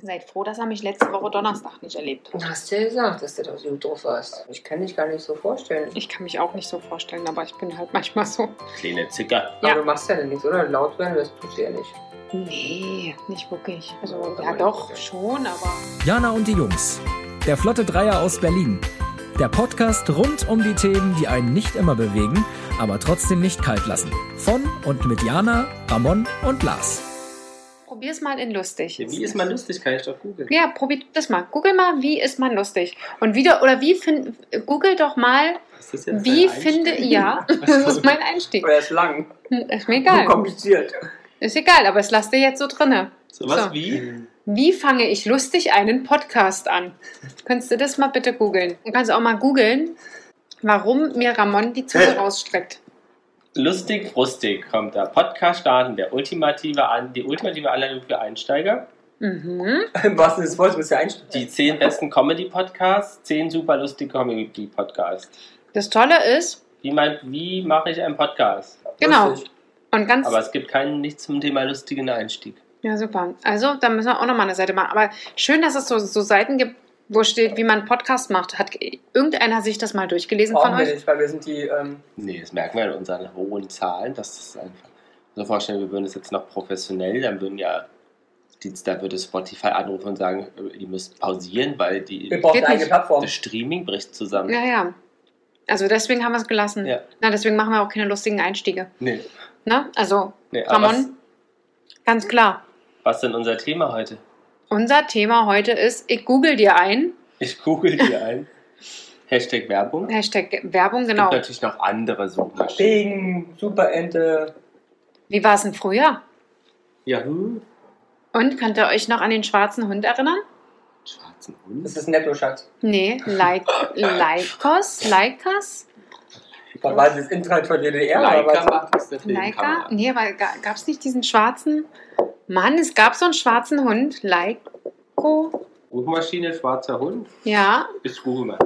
Seid froh, dass er mich letzte Woche Donnerstag nicht erlebt hat. Hast du ja gesagt, dass du da so gut drauf warst. Ich kann dich gar nicht so vorstellen. Ich kann mich auch nicht so vorstellen, aber ich bin halt manchmal so. Kleine Zicker. Ja. Aber du machst ja denn nichts, oder? Laut werden, das tust du ja nicht. Nee, nicht wirklich. Also, ja, doch, schon, aber. Jana und die Jungs. Der Flotte Dreier aus Berlin. Der Podcast rund um die Themen, die einen nicht immer bewegen, aber trotzdem nicht kalt lassen. Von und mit Jana, Ramon und Lars. Probier's mal in lustig. Wie ist man lustig? Kann ich doch googeln. Ja, probiert das mal. Google mal, wie ist man lustig. Und wieder, oder wie find, google doch mal, Ist das jetzt wie dein Einstieg? finde, ja, das ist mein Einstieg. Aber er ist lang. Ist mir Nur egal. kompliziert. Ist egal, aber es lasst ihr jetzt so drinne. So was So. wie? Wie fange ich lustig einen Podcast an? Könntest du das mal bitte googeln? Du kannst auch mal googeln, warum mir Ramon die Zunge rausstreckt. Lustig, frustig kommt da. Podcast starten, der ultimative an, die ultimative Anleitung für Einsteiger. Mhm. Im wahrsten Sinne des Wortes bist du ja einstieg. Die 10 besten Comedy-Podcasts, 10 super lustige Comedy-Podcasts. Das Tolle ist, Wie, mein- wie mache ich einen Podcast? genau, Lustig. und ganz. Aber es gibt keinen nichts zum Thema lustigen Einstieg. Ja, super. Also, da müssen wir auch nochmal eine Seite machen. Aber schön, dass es so, so Seiten gibt, wo steht, wie man einen Podcast macht. Hat irgendeiner sich das mal durchgelesen von Brauchen wir euch? nicht, weil wir sind die, ähm, Nee, das merken wir an unseren hohen Zahlen, dass das einfach. So vorstellen, wir würden es jetzt noch professionell, dann würden ja, die, da würde Spotify anrufen und sagen, äh, ihr müsst pausieren, weil die, wir brauchen Geht eine eigene nicht. Plattform. das Streaming bricht zusammen. Ja, ja. Also, deswegen haben wir es gelassen. Ja. Na, deswegen machen wir auch keine lustigen Einstiege. Nee, Ne? Also, nee, aber was, Ramon, ganz klar. was ist denn unser Thema heute? Unser Thema heute ist, ich google dir ein. Ich google dir ein. Hashtag Werbung. Hashtag Werbung, genau. Gibt natürlich noch andere Suchmaschinen. Bing, Superente. Wie war es denn früher? Yahoo. Und könnt ihr euch noch an den schwarzen Hund erinnern? Schwarzen Hund. Das ist netto, Schatz. Nee, Lai- Leikos? Leikas? Was war das Intralt von DDR? oder Leica was? macht das deswegen kann Leica? man- Nee, aber gab es nicht diesen schwarzen? Mann, es gab so einen schwarzen Hund. Leiko? Suchmaschine, schwarzer Hund. Ja. Ich google mal.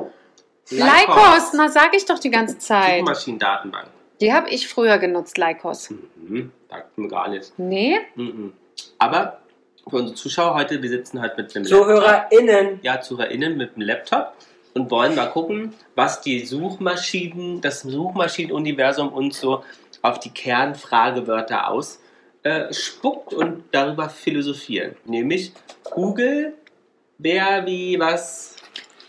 Leikos, na sag ich doch die ganze Zeit. Suchmaschinen-Datenbank. Die habe ich früher genutzt, Leikos. Mhm. Sagt mir gar nichts. Nee? Mhm. Aber für unsere Zuschauer heute, wir sitzen halt mit einem Laptop. ZuhörerInnen. Ja, ZuhörerInnen mit dem Laptop und wollen mal gucken, was die Suchmaschinen, das Suchmaschinenuniversum uns so auf die Kernfragewörter aus äh, spuckt und darüber philosophieren. Nämlich Google, wer, wie, was.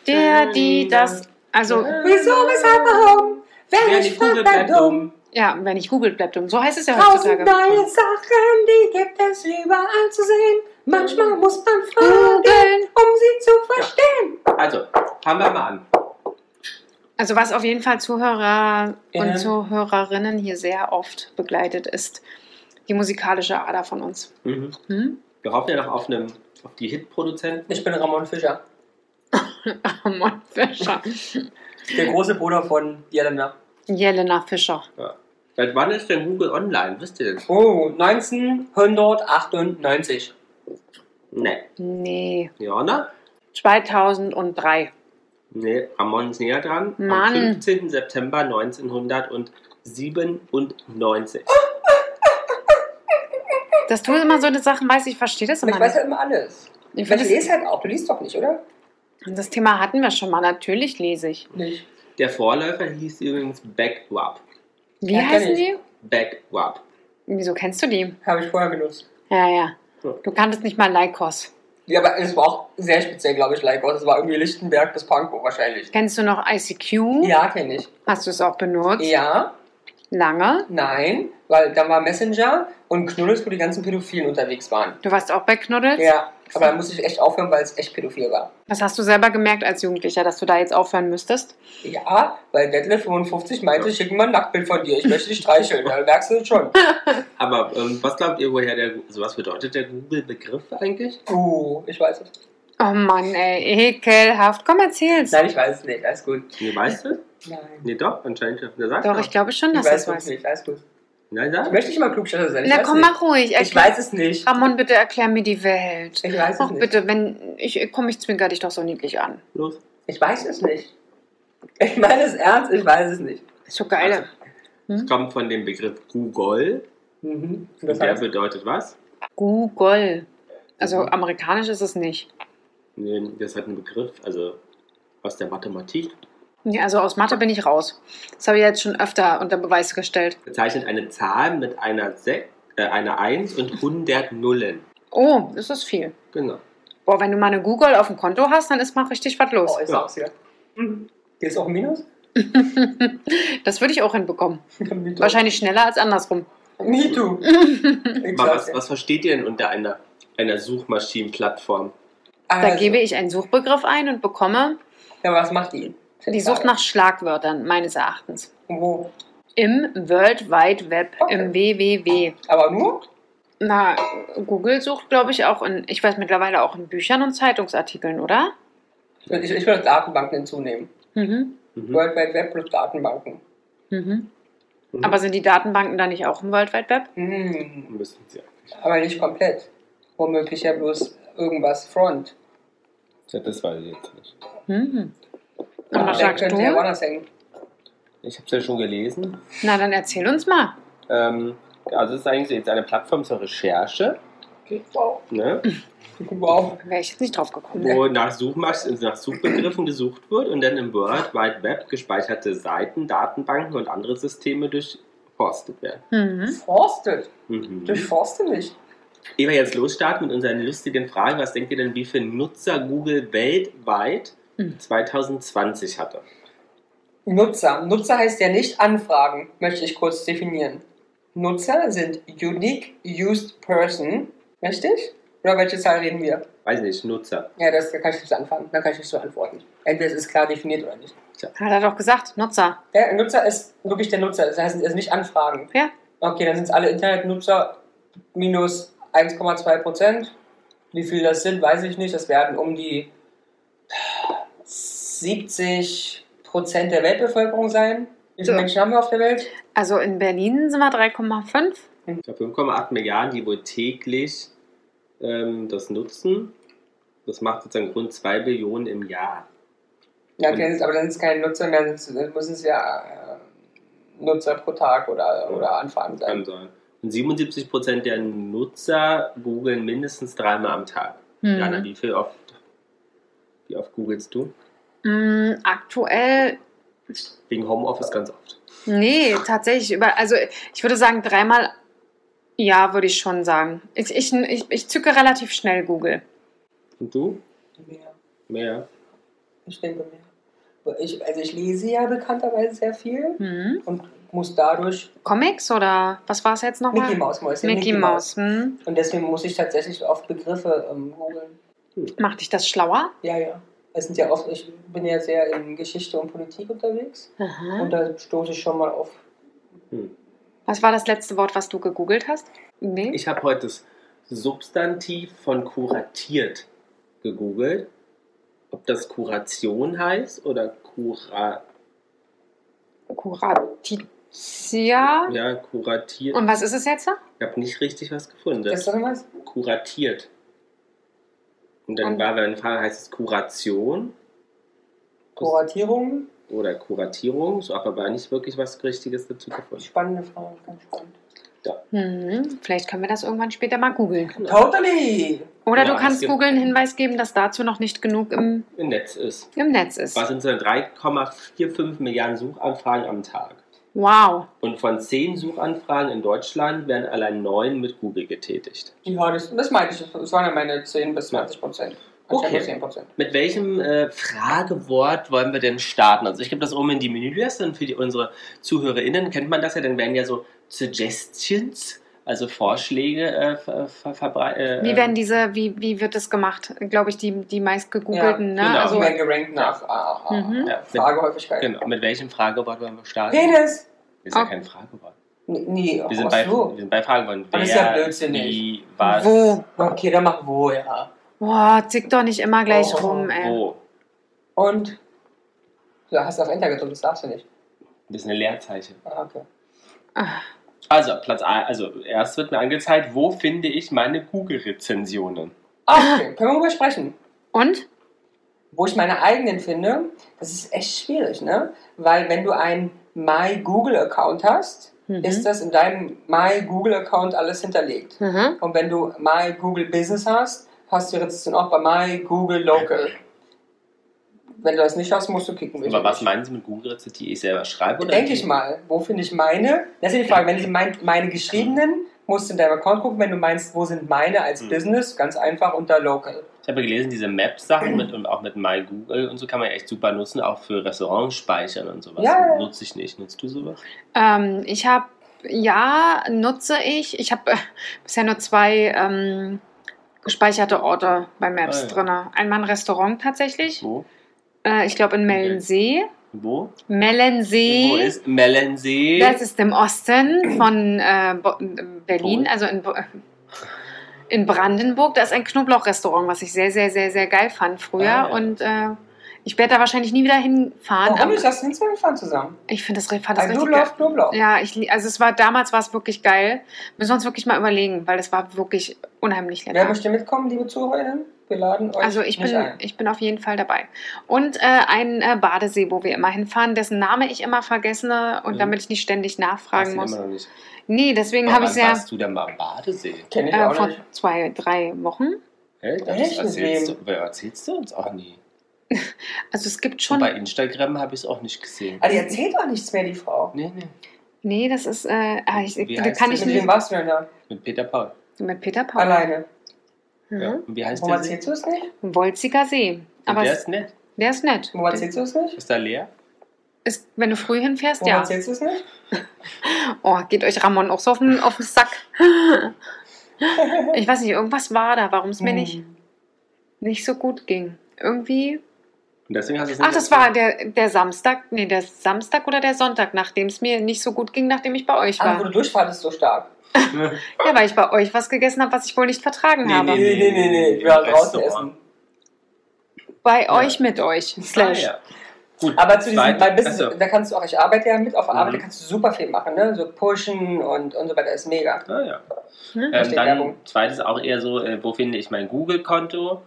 Der, die, das. Also, Wieso, weshalb, warum? Wer Wer nicht nicht googelt, fragt, bleibt bleibt dumm. dumm. ja, wenn ich googelt, bleibt dumm. So heißt es ja Tausend heutzutage. neue Sachen, die gibt es überall zu sehen. Manchmal muss man fragen, Googeln. um sie zu verstehen. Also, fangen wir mal an. Also was auf jeden Fall Zuhörer Innen. und Zuhörerinnen hier sehr oft begleitet, ist die musikalische Ader von uns. Mhm. Hm? Wir hoffen ja noch auf, einem, auf die Hitproduzenten. Ich bin Ramon Fischer, Ramon Fischer. der große Bruder von Jelena. Jelena Fischer. Seit wann ist denn Google online? Wisst ihr das? Oh, 1998. Nee. Nee. Jana? 2003. Nee, Ramon ist näher dran. Am Mann. 15. September 1997. Dass du immer so eine Sachen weißt, ich verstehe das Aber immer ich weiß nicht. halt immer alles. Ich Ich weiß, find ich lese halt auch. Du liest doch nicht, oder? das, das Thema hatten wir schon mal. Natürlich lese ich. Nicht. Der Vorläufer hieß übrigens Backwap. Wie Ja, kenn heißen ich. die? Backwap. Wieso kennst du die? Habe ich vorher genutzt. Ja, ja. Ja. Du kanntest nicht mal Leikos. Ja, aber es war auch sehr speziell, glaube ich, Leikos. Es war irgendwie Lichtenberg bis Pankow wahrscheinlich. Kennst du noch ICQ? Ja, kenne ich. Hast du es auch benutzt? Ja, Lange? nein, weil da war Messenger und Knuddels, wo die ganzen Pädophilen unterwegs waren. Du warst auch bei Knuddels? Ja, aber da musste ich echt aufhören, weil es echt pädophil war. Was hast du selber gemerkt als Jugendlicher, dass du da jetzt aufhören müsstest? Ja, weil Detlef 55 meinte, schick mir mal ein Nacktbild von dir, ich möchte dich streicheln. Da merkst du es schon. Aber ähm, was glaubt ihr, woher der, also was bedeutet der Google-Begriff eigentlich? Uh, ich weiß es. Oh Mann, ey, ekelhaft. Komm, erzähl's. Nein, ich weiß es nicht, alles gut. Nee, weißt du? Nein. Nee, doch, anscheinend. Der sagt Doch, doch. ich glaube schon, Ich dass weiß es das weiß. nicht, alles gut. Nein, Ich sag. möchte nicht mal klugscheißer sein. Ich Na weiß komm, es mach ruhig. nicht. Ich weiß es nicht. Ramon, bitte erklär mir die Welt. Ich weiß es Ach, nicht. bitte, wenn ich komm, ich zwinker dich doch so niedlich an. Los. Ich weiß es nicht. Ich meine es ernst, ich weiß es nicht. Ist so geil. Also, Es kommt von dem Begriff Google. Mhm. Und Das der heißt, bedeutet was? Google. Mhm. Also amerikanisch ist es nicht. Nee, das hat einen Begriff, also aus der Mathematik. Nee, also aus Mathe bin ich raus. Das habe ich jetzt schon öfter unter Beweis gestellt. Bezeichnet eine Zahl mit einer, Se äh, einer 1 und 100 Nullen. Oh, das ist viel. Genau. Boah, wenn du mal eine Google auf dem Konto hast, dann ist mal richtig was los. Oh, ich sag's ja. Mhm. Hier ist auch ein Minus? das würde ich auch hinbekommen. Wahrscheinlich schneller als andersrum. Me too. Ich Mal, sag's was, dir. was versteht ihr denn unter einer, einer Suchmaschinenplattform? Da Also, gebe ich einen Suchbegriff ein und bekomme Ja, aber was macht die? Ah, die Sucht nach Schlagwörtern, meines Erachtens. Wo? Im World Wide Web, Okay. im WWW. Aber nur? Na, Google sucht, glaube ich, auch in, ich weiß mittlerweile auch in Büchern und Zeitungsartikeln, oder? Ich, ich würde Datenbanken hinzunehmen. Mhm. Mhm. World Wide Web plus Datenbanken. Mhm. Mhm. Aber sind die Datenbanken da nicht auch im World Wide Web? Hm, Müssen Sie. aber nicht komplett. Womöglich ja bloß irgendwas Front. Ja, das weiß ich jetzt nicht. Mhm. Und was Der sagst könnte ja du? woanders hängen. Ich habe es ja schon gelesen. Na, dann erzähl uns mal. Ähm, also es ist eigentlich jetzt eine Plattform zur Recherche, Wow. ne, Wow. Wäre ich jetzt nicht drauf gekommen. wo nach, Suchmasch nach Suchbegriffen gesucht wird und dann im World Wide Web gespeicherte Seiten, Datenbanken und andere Systeme durchforstet werden. Mhm. Forstet. Mhm. Durchforste mich. Ehe wir jetzt losstarten mit unseren lustigen Fragen, was denkt ihr denn, wie viele Nutzer Google weltweit Mhm. 2020 hatte? Nutzer. Nutzer heißt ja nicht Anfragen, möchte ich kurz definieren. Nutzer sind Unique Used Person, richtig? Oder welche Zahl reden wir? Weiß nicht, Nutzer. Ja, das da kann ich nicht so anfangen, da kann ich nicht so antworten. Entweder es ist klar definiert oder nicht. Hat er doch gesagt, Nutzer. Der Nutzer ist wirklich der Nutzer, das heißt also nicht Anfragen. Ja. Okay, dann sind es alle Internetnutzer minus 1,2 Prozent. Wie viel das sind, weiß ich nicht. Das werden um die 70 Prozent der Weltbevölkerung sein. Wie viele So. Menschen haben wir auf der Welt? Also in Berlin sind wir 3,5. Ich glaube 5,8 Milliarden, die wohl täglich ähm, das nutzen. Das macht sozusagen rund 2 Billionen im Jahr. Ja, okay, das ist- aber dann sind es keine Nutzer mehr, dann sind- dann müssen es ja äh, Nutzer pro Tag oder, oder Anfragen sein. Kann sein. Und 77% der Nutzer googeln mindestens dreimal am Tag. Mhm. Jana, wie viel oft? Wie oft googelst du? Mm, aktuell, Wegen Homeoffice ganz oft. nee, tatsächlich. Über, also ich würde sagen, dreimal ja, würde ich schon sagen. Ich, ich, ich, ich zücke relativ schnell Google. Und du? Mehr. Mehr. Ich denke mehr. Ich, also ich lese ja bekannterweise sehr viel Mhm. und muss dadurch Comics oder was war es jetzt nochmal? Mickey Maus Mäuschen. Mickey Mouse. Hm. Und deswegen muss ich tatsächlich oft Begriffe ähm, googeln. Macht dich das schlauer? Ja, ja. Es sind ja oft, ich bin ja sehr in Geschichte und Politik unterwegs und Aha. da stoße ich schon mal auf. Was war das letzte Wort, was du gegoogelt hast? Nee. Ich habe heute das Substantiv von kuratiert gegoogelt. Ob das Kuration heißt oder Kura, Kuratitia. ja, kuratiert. Und was ist es jetzt? Ich habe nicht richtig was gefunden. Das ist Das doch was? kuratiert. Und dann Und- war meine Frage, heißt es Kuration Kuratierung? oder Kuratierung? So habe aber nicht wirklich was Richtiges dazu gefunden. Spannende Frage, ganz spannend. Mhm. Vielleicht können wir das irgendwann später mal googeln. Totally! Oder Ja, du es kannst gibt- Google einen Hinweis geben, dass dazu noch nicht genug im, Im Netz ist. im Netz ist. Was sind so 3,45 Milliarden Suchanfragen am Tag? Wow. Und von zehn Suchanfragen in Deutschland werden allein neun mit Google getätigt. Ja, das, das meinte ich. Das waren ja meine 10 bis 20 Prozent. Okay. Anscheinend nur 10 Prozent. Mit welchem äh, Fragewort wollen wir denn starten? Also ich gebe das oben in die Menüliste und für die, unsere ZuhörerInnen kennt man das ja, dann werden ja so Suggestions, also Vorschläge äh, ver, ver, verbrei- äh, Wie werden diese, wie, wie wird das gemacht? Glaube ich, die, die meist gegoogelten, Ja, ne? genau. Also, Also, mehr gerankt nach ah, ah, Mhm. Ja, mit- Fragehäufigkeit. Genau, mit welchem Fragewort wollen wir starten? Penis! Ist ja Okay. kein Fragewort. N- Nee, Wir sind, ach bei, so. wir sind bei Fragewort. Aber das ist ja blödsinnig. wie, was, wo? Okay, dann mach wo, ja. Boah, zick doch nicht immer gleich Oh, rum, ey. wo. Und? Da hast du auf Enter gedrückt, das darfst du nicht. Das ist eine Leerzeichen. Ah, okay. Ah, Also, Platz A, also erst wird mir angezeigt, wo finde ich meine Google-Rezensionen? Ah, okay. Können wir darüber sprechen? Und? Wo ich meine eigenen finde, das ist echt schwierig, ne? Weil wenn du einen My Google Account hast, Mhm. ist das in deinem My Google Account alles hinterlegt. Aha. Und wenn du My Google Business hast, hast du die Rezession auch bei My Google Local. Wenn du das nicht hast, musst du kicken. Aber was meinen Sie mit Google-Rezepte, die ich selber schreibe? Oder Denke ich mal. Wo finde ich meine? Das ist die Frage. Wenn du mein, meine geschriebenen, musst du in deinem Account gucken. Wenn du meinst, wo sind meine als Mhm. Business, ganz einfach unter Ah, Local. Oh, Ich habe gelesen, diese Map-Sachen mit und auch mit My Google und so kann man echt super nutzen, auch für Restaurants speichern und sowas. Ja. Nutze ich nicht. Nutzt du sowas? Ähm, ich habe, ja, nutze ich. Ich habe äh, bisher nur zwei ähm, gespeicherte Orte bei Maps Ah, ja. Oh. drin. Einmal ein Restaurant tatsächlich. Wo? Äh, ich glaube in Mellensee. Wo? Mellensee. Wo ist Melensee? Das ist im Osten von äh, Bo Berlin, Polen. also in, Bo- in Brandenburg. Da ist ein Knoblauchrestaurant, was ich sehr, sehr, sehr, sehr geil fand früher. Ah, ja. Und äh, ich werde da wahrscheinlich nie wieder hinfahren. Warum Aber nicht? Lass uns hinfahren zusammen. ich finde das, re- fand Ah, das Also Ein richtig geil. Knoblauch, Knoblauch. Ja, ich, lie- also es war damals war es wirklich geil. Müssen wir uns wirklich mal überlegen, weil das war wirklich unheimlich Wer lecker. möchte mitkommen, liebe Zuhörerinnen? Wir laden euch also ich nicht bin, ein. ich bin auf jeden Fall dabei. Und äh, ein äh, Badesee, wo wir immer hinfahren, dessen Name ich immer vergesse und Mhm. damit ich nicht ständig Weiß nachfragen ich muss. Immer noch nicht. Nee, deswegen Wann habe ich sehr. warst du denn mal am Badesee? Kenne ich Äh, auch vor nicht. zwei, drei Wochen. Hä? Das Echt? erzählst Mit du, wer erzählst du uns auch nie? Also es gibt Und schon. bei Instagram habe ich es auch nicht gesehen. Ah, die erzählt auch nichts mehr, die Frau. Nee, nee. Nee, das ist. Äh, ah, ich, Wie da heißt kann das? ich Mit wem nicht. Ah. warst du denn da? Mit Peter Paul. Mit Peter Paul. Alleine. Mhm. Ja. Und wie heißt Warum der See? erzählst du es nicht? Wolziger See. Und Aber der es- ist nett. der ist nett. Warum erzählst du es nicht? Ist da leer? Ist, wenn du früh hinfährst, Warum ja. erzählst du es nicht? Oh, geht euch Ramon auch so auf den, auf den Sack. Ich weiß nicht, irgendwas war da, warum es Mhm. mir nicht, Hm. nicht so gut ging. Irgendwie. Und deswegen hast du es Ach, nicht das erzählt. war der, der Samstag, nee, der Samstag oder der Sonntag, nachdem es mir nicht so gut ging, nachdem ich bei euch Ah, wo war. du durchfahrtest so stark. Ja, weil ich bei euch was gegessen habe, was ich wohl nicht vertragen Nee, habe. nee, Nee, nee, nee, nee. Wir waren draußen Restaurant. essen. Bei Ja. euch mit euch. Slash. Ah, ja. Gut, Aber zu diesem zweite- mein Business, Achso. da kannst du auch, ich arbeite ja mit, auf der Mhm. Arbeit, da kannst du super viel machen, ne? So pushen und, und so weiter, ist mega. Ah, ja. Hm? Ähm, Verstehe dann Werbung. zweites auch eher so, äh, wo finde ich mein Google-Konto?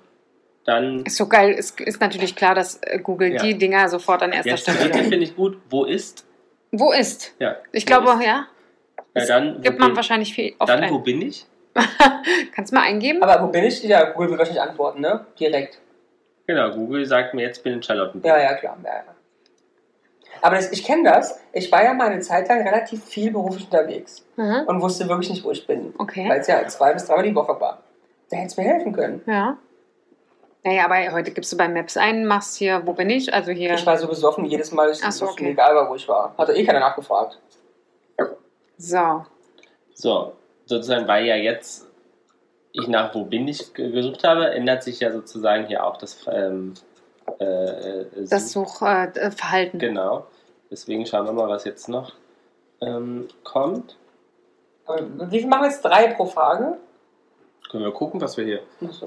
Dann Ist so geil, ist, ist natürlich klar, dass äh, Google Ja. die Dinger sofort an erster jetzt die Stelle dritte stellt. finde ich gut. Wo ist? Wo ist? Ja. Ich Wo glaube, ist? ja, ja, dann, gibt wo man bin, wahrscheinlich viel oft Dann wo ein. bin ich? Kannst du mal eingeben? Aber wo bin ich? Ja, Google wird wahrscheinlich antworten, ne? Direkt. Genau, Google sagt mir, jetzt bin ich in Charlottenburg. Ja, ja, klar. Ja, ja. Aber das, ich kenne das. Ich war ja mal eine Zeit lang relativ viel beruflich unterwegs Mhm. und wusste wirklich nicht, wo ich bin. Weil Okay. es ja zwei bis dreimal die Woche war. Da hätte es mir helfen können. Ja. Naja, aber heute gibst du bei Maps ein, machst hier, wo bin ich? Also hier. Ich war so besoffen, jedes Mal, Ach so, dass es mir okay. egal war, wo ich war. Hat doch eh keiner nachgefragt. So. So, sozusagen, weil ja jetzt ich nach wo bin ich ge- gesucht habe, ändert sich ja sozusagen hier auch das, ähm, äh, äh, Das Such- Suchverhalten. Äh, Verhalten. Genau. Deswegen schauen wir mal, was jetzt noch ähm, kommt. Aber wie viel machen wir jetzt? Drei pro Frage? Können wir gucken, was wir hier.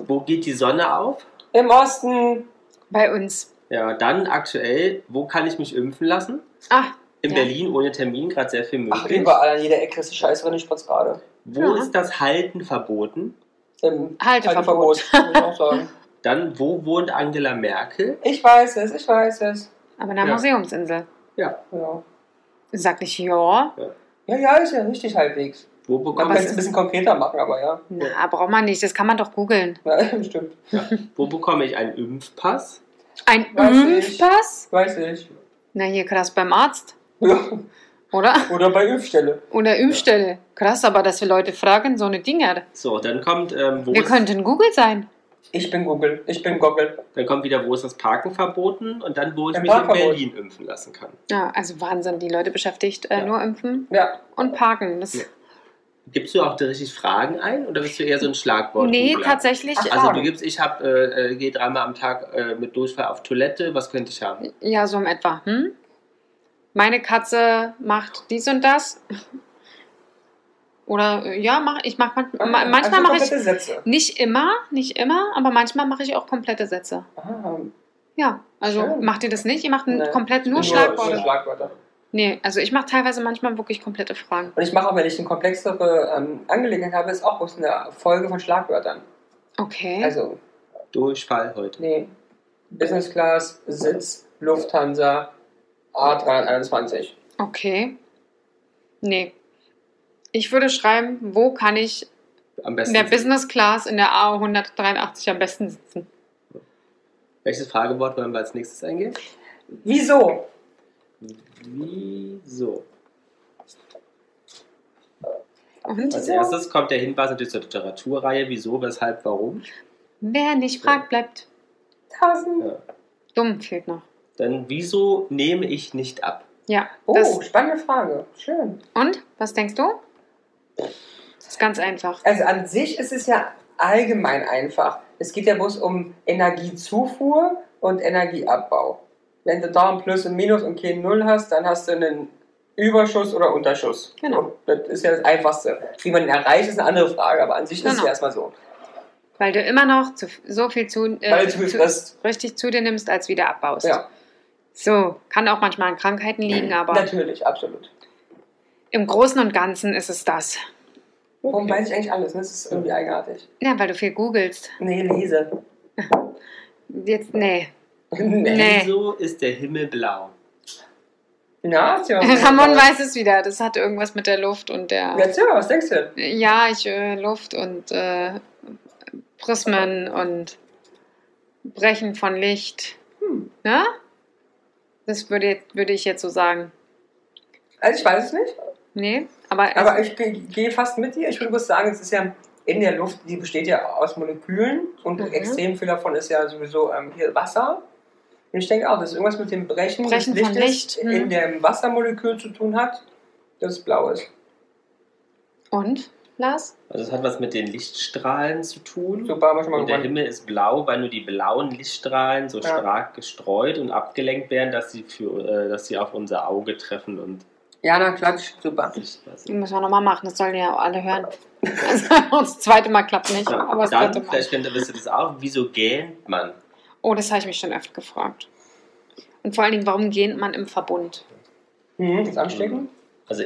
Wo geht die Sonne auf? Im Osten. Bei uns. Ja, dann aktuell, wo kann ich mich impfen lassen? Ah, In Ja. Berlin ohne Termin, gerade sehr viel möglich. Ach, überall, an jeder Ecke ist die Scheiße drin, ich spritz gerade. Wo Ja. ist das Halten verboten? Im Halteverbot. Halteverbot, würde ich auch sagen. Dann, wo wohnt Angela Merkel? Ich weiß es, ich weiß es. aber in der Ja. Museumsinsel. Ja. Ja, Sag nicht, ja. ja, ja ist ja richtig halbwegs. Wo Man bekommt kann Aber man, es ein bisschen konkreter machen, aber ja. Na, braucht man nicht. Das kann man doch googeln. Ja, stimmt. wo bekomme ich einen Impfpass? Ein Weiß ich. Impfpass? Weiß ich. Na, hier krass beim Arzt, Ja. oder? Oder bei Impfstelle. Oder Impfstelle. Krass, aber dass wir Leute fragen, so eine Dinger. So, dann kommt, ähm, wo Wir ist, könnten Google sein. Ich bin Google. Ich bin Goggle. dann kommt wieder, wo ist das Parken verboten? Und dann, wo ich Im mich in Parkverbot. Berlin impfen lassen kann. Ja, also Wahnsinn, die Leute beschäftigt äh, Ja. nur impfen Ja. und parken. Das, Ja. Gibst du auch da richtig Fragen ein oder bist du eher so ein Schlagwort? nee, tatsächlich. ähm, Ach, Also du Fragen. gibst, ich hab, äh, äh, gehe dreimal am Tag äh, mit Durchfall auf Toilette, was könnte ich haben? Ja, so im etwa. Hm? Meine Katze macht dies und das. Oder äh, ja, mach, ich mach man, ma, manchmal also mache ich komplette Sätze. nicht immer, nicht immer, aber manchmal mache ich auch komplette Sätze. Ah, Ja, also Schön. macht ihr das nicht? Ihr macht n- Nee. komplett nur nur Schlagworte. nur Schlagwörter. Nee, also ich mache teilweise manchmal wirklich komplette Fragen. Und ich mache auch, wenn ich eine komplexere ähm, Angelegenheit habe, ist auch bloß eine Folge von Schlagwörtern. Okay. Also, Durchfall heute. nee. Business Class, Sitz, Lufthansa, A321. okay. Nee, Ich würde schreiben, wo kann ich Am in besten. der Business Class in der AO 183 am besten sitzen? Welches Fragewort wollen wir als nächstes eingehen? Wieso? Wieso? Und Als erstes kommt der Hinweis natürlich zur Literaturreihe. Wieso, weshalb, warum? wer nicht fragt, bleibt Tausend. Ja. dumm, fehlt noch. Dann, wieso nehme ich nicht ab? Ja. Oh, Das, spannende Frage. Schön. und? Was denkst du? Das ist ganz einfach. Also an sich ist es ja allgemein einfach. Es geht ja bloß um Energiezufuhr und Energieabbau. Wenn du da ein Plus und Minus und kein Null hast, dann hast du einen Überschuss oder Unterschuss. Genau. Das ist ja das Einfachste. Wie man ihn erreicht, ist eine andere Frage, aber an sich ist es Genau. ja erstmal so. Weil du immer noch zu, so viel zu, äh, Weil du viel zu, frisst. richtig zu dir nimmst, als wieder abbaust. Ja, So, kann auch manchmal an Krankheiten liegen, aber natürlich, absolut. im Großen und Ganzen ist es das. Warum weiß ich eigentlich alles? ne? Das ist irgendwie eigenartig. Ja, weil du viel googelst. Nee, lese. Jetzt, nee. nee. Nee. Wieso ist der Himmel blau? Na, Tja. Ramon weiß es wieder. Das hat irgendwas mit der Luft und der. Ja, tja, was denkst du? Ja, ich äh, Luft und äh, Prismen und Brechen von Licht. Hm. Ne? Das würde, würde ich jetzt so sagen. Also ich weiß es nicht. Nee, aber, Aber ich ge- gehe fast mit dir. Ich würde bloß sagen, es ist ja in der Luft, die besteht ja aus Molekülen und Mhm. extrem viel davon ist ja sowieso ähm, hier Wasser. Und ich denke auch, dass irgendwas mit dem Brechen, Brechen des von Lichtes Licht, mhm. in dem Wassermolekül zu tun hat, das blau ist. und, Lars? Also es hat was mit den Lichtstrahlen zu tun. Super, haben wir schon mal Und der gewonnen. Himmel ist blau, weil nur die blauen Lichtstrahlen so Ja. stark gestreut und abgelenkt werden, dass sie, für, äh, dass sie auf unser Auge treffen und Jana, klatsch, super. sichtbar sind. Müssen wir nochmal machen, das sollen ja auch alle hören. Also, das zweite Mal klappt nicht, Ja, aber das dann, dritte Mal. vielleicht kennt ihr, wisst ihr das auch, wieso gähnt man? Oh, das habe ich mich schon öfter gefragt. Und vor allen Dingen, warum gähnt man im Verbund? Mhm. Das Anstecken? Also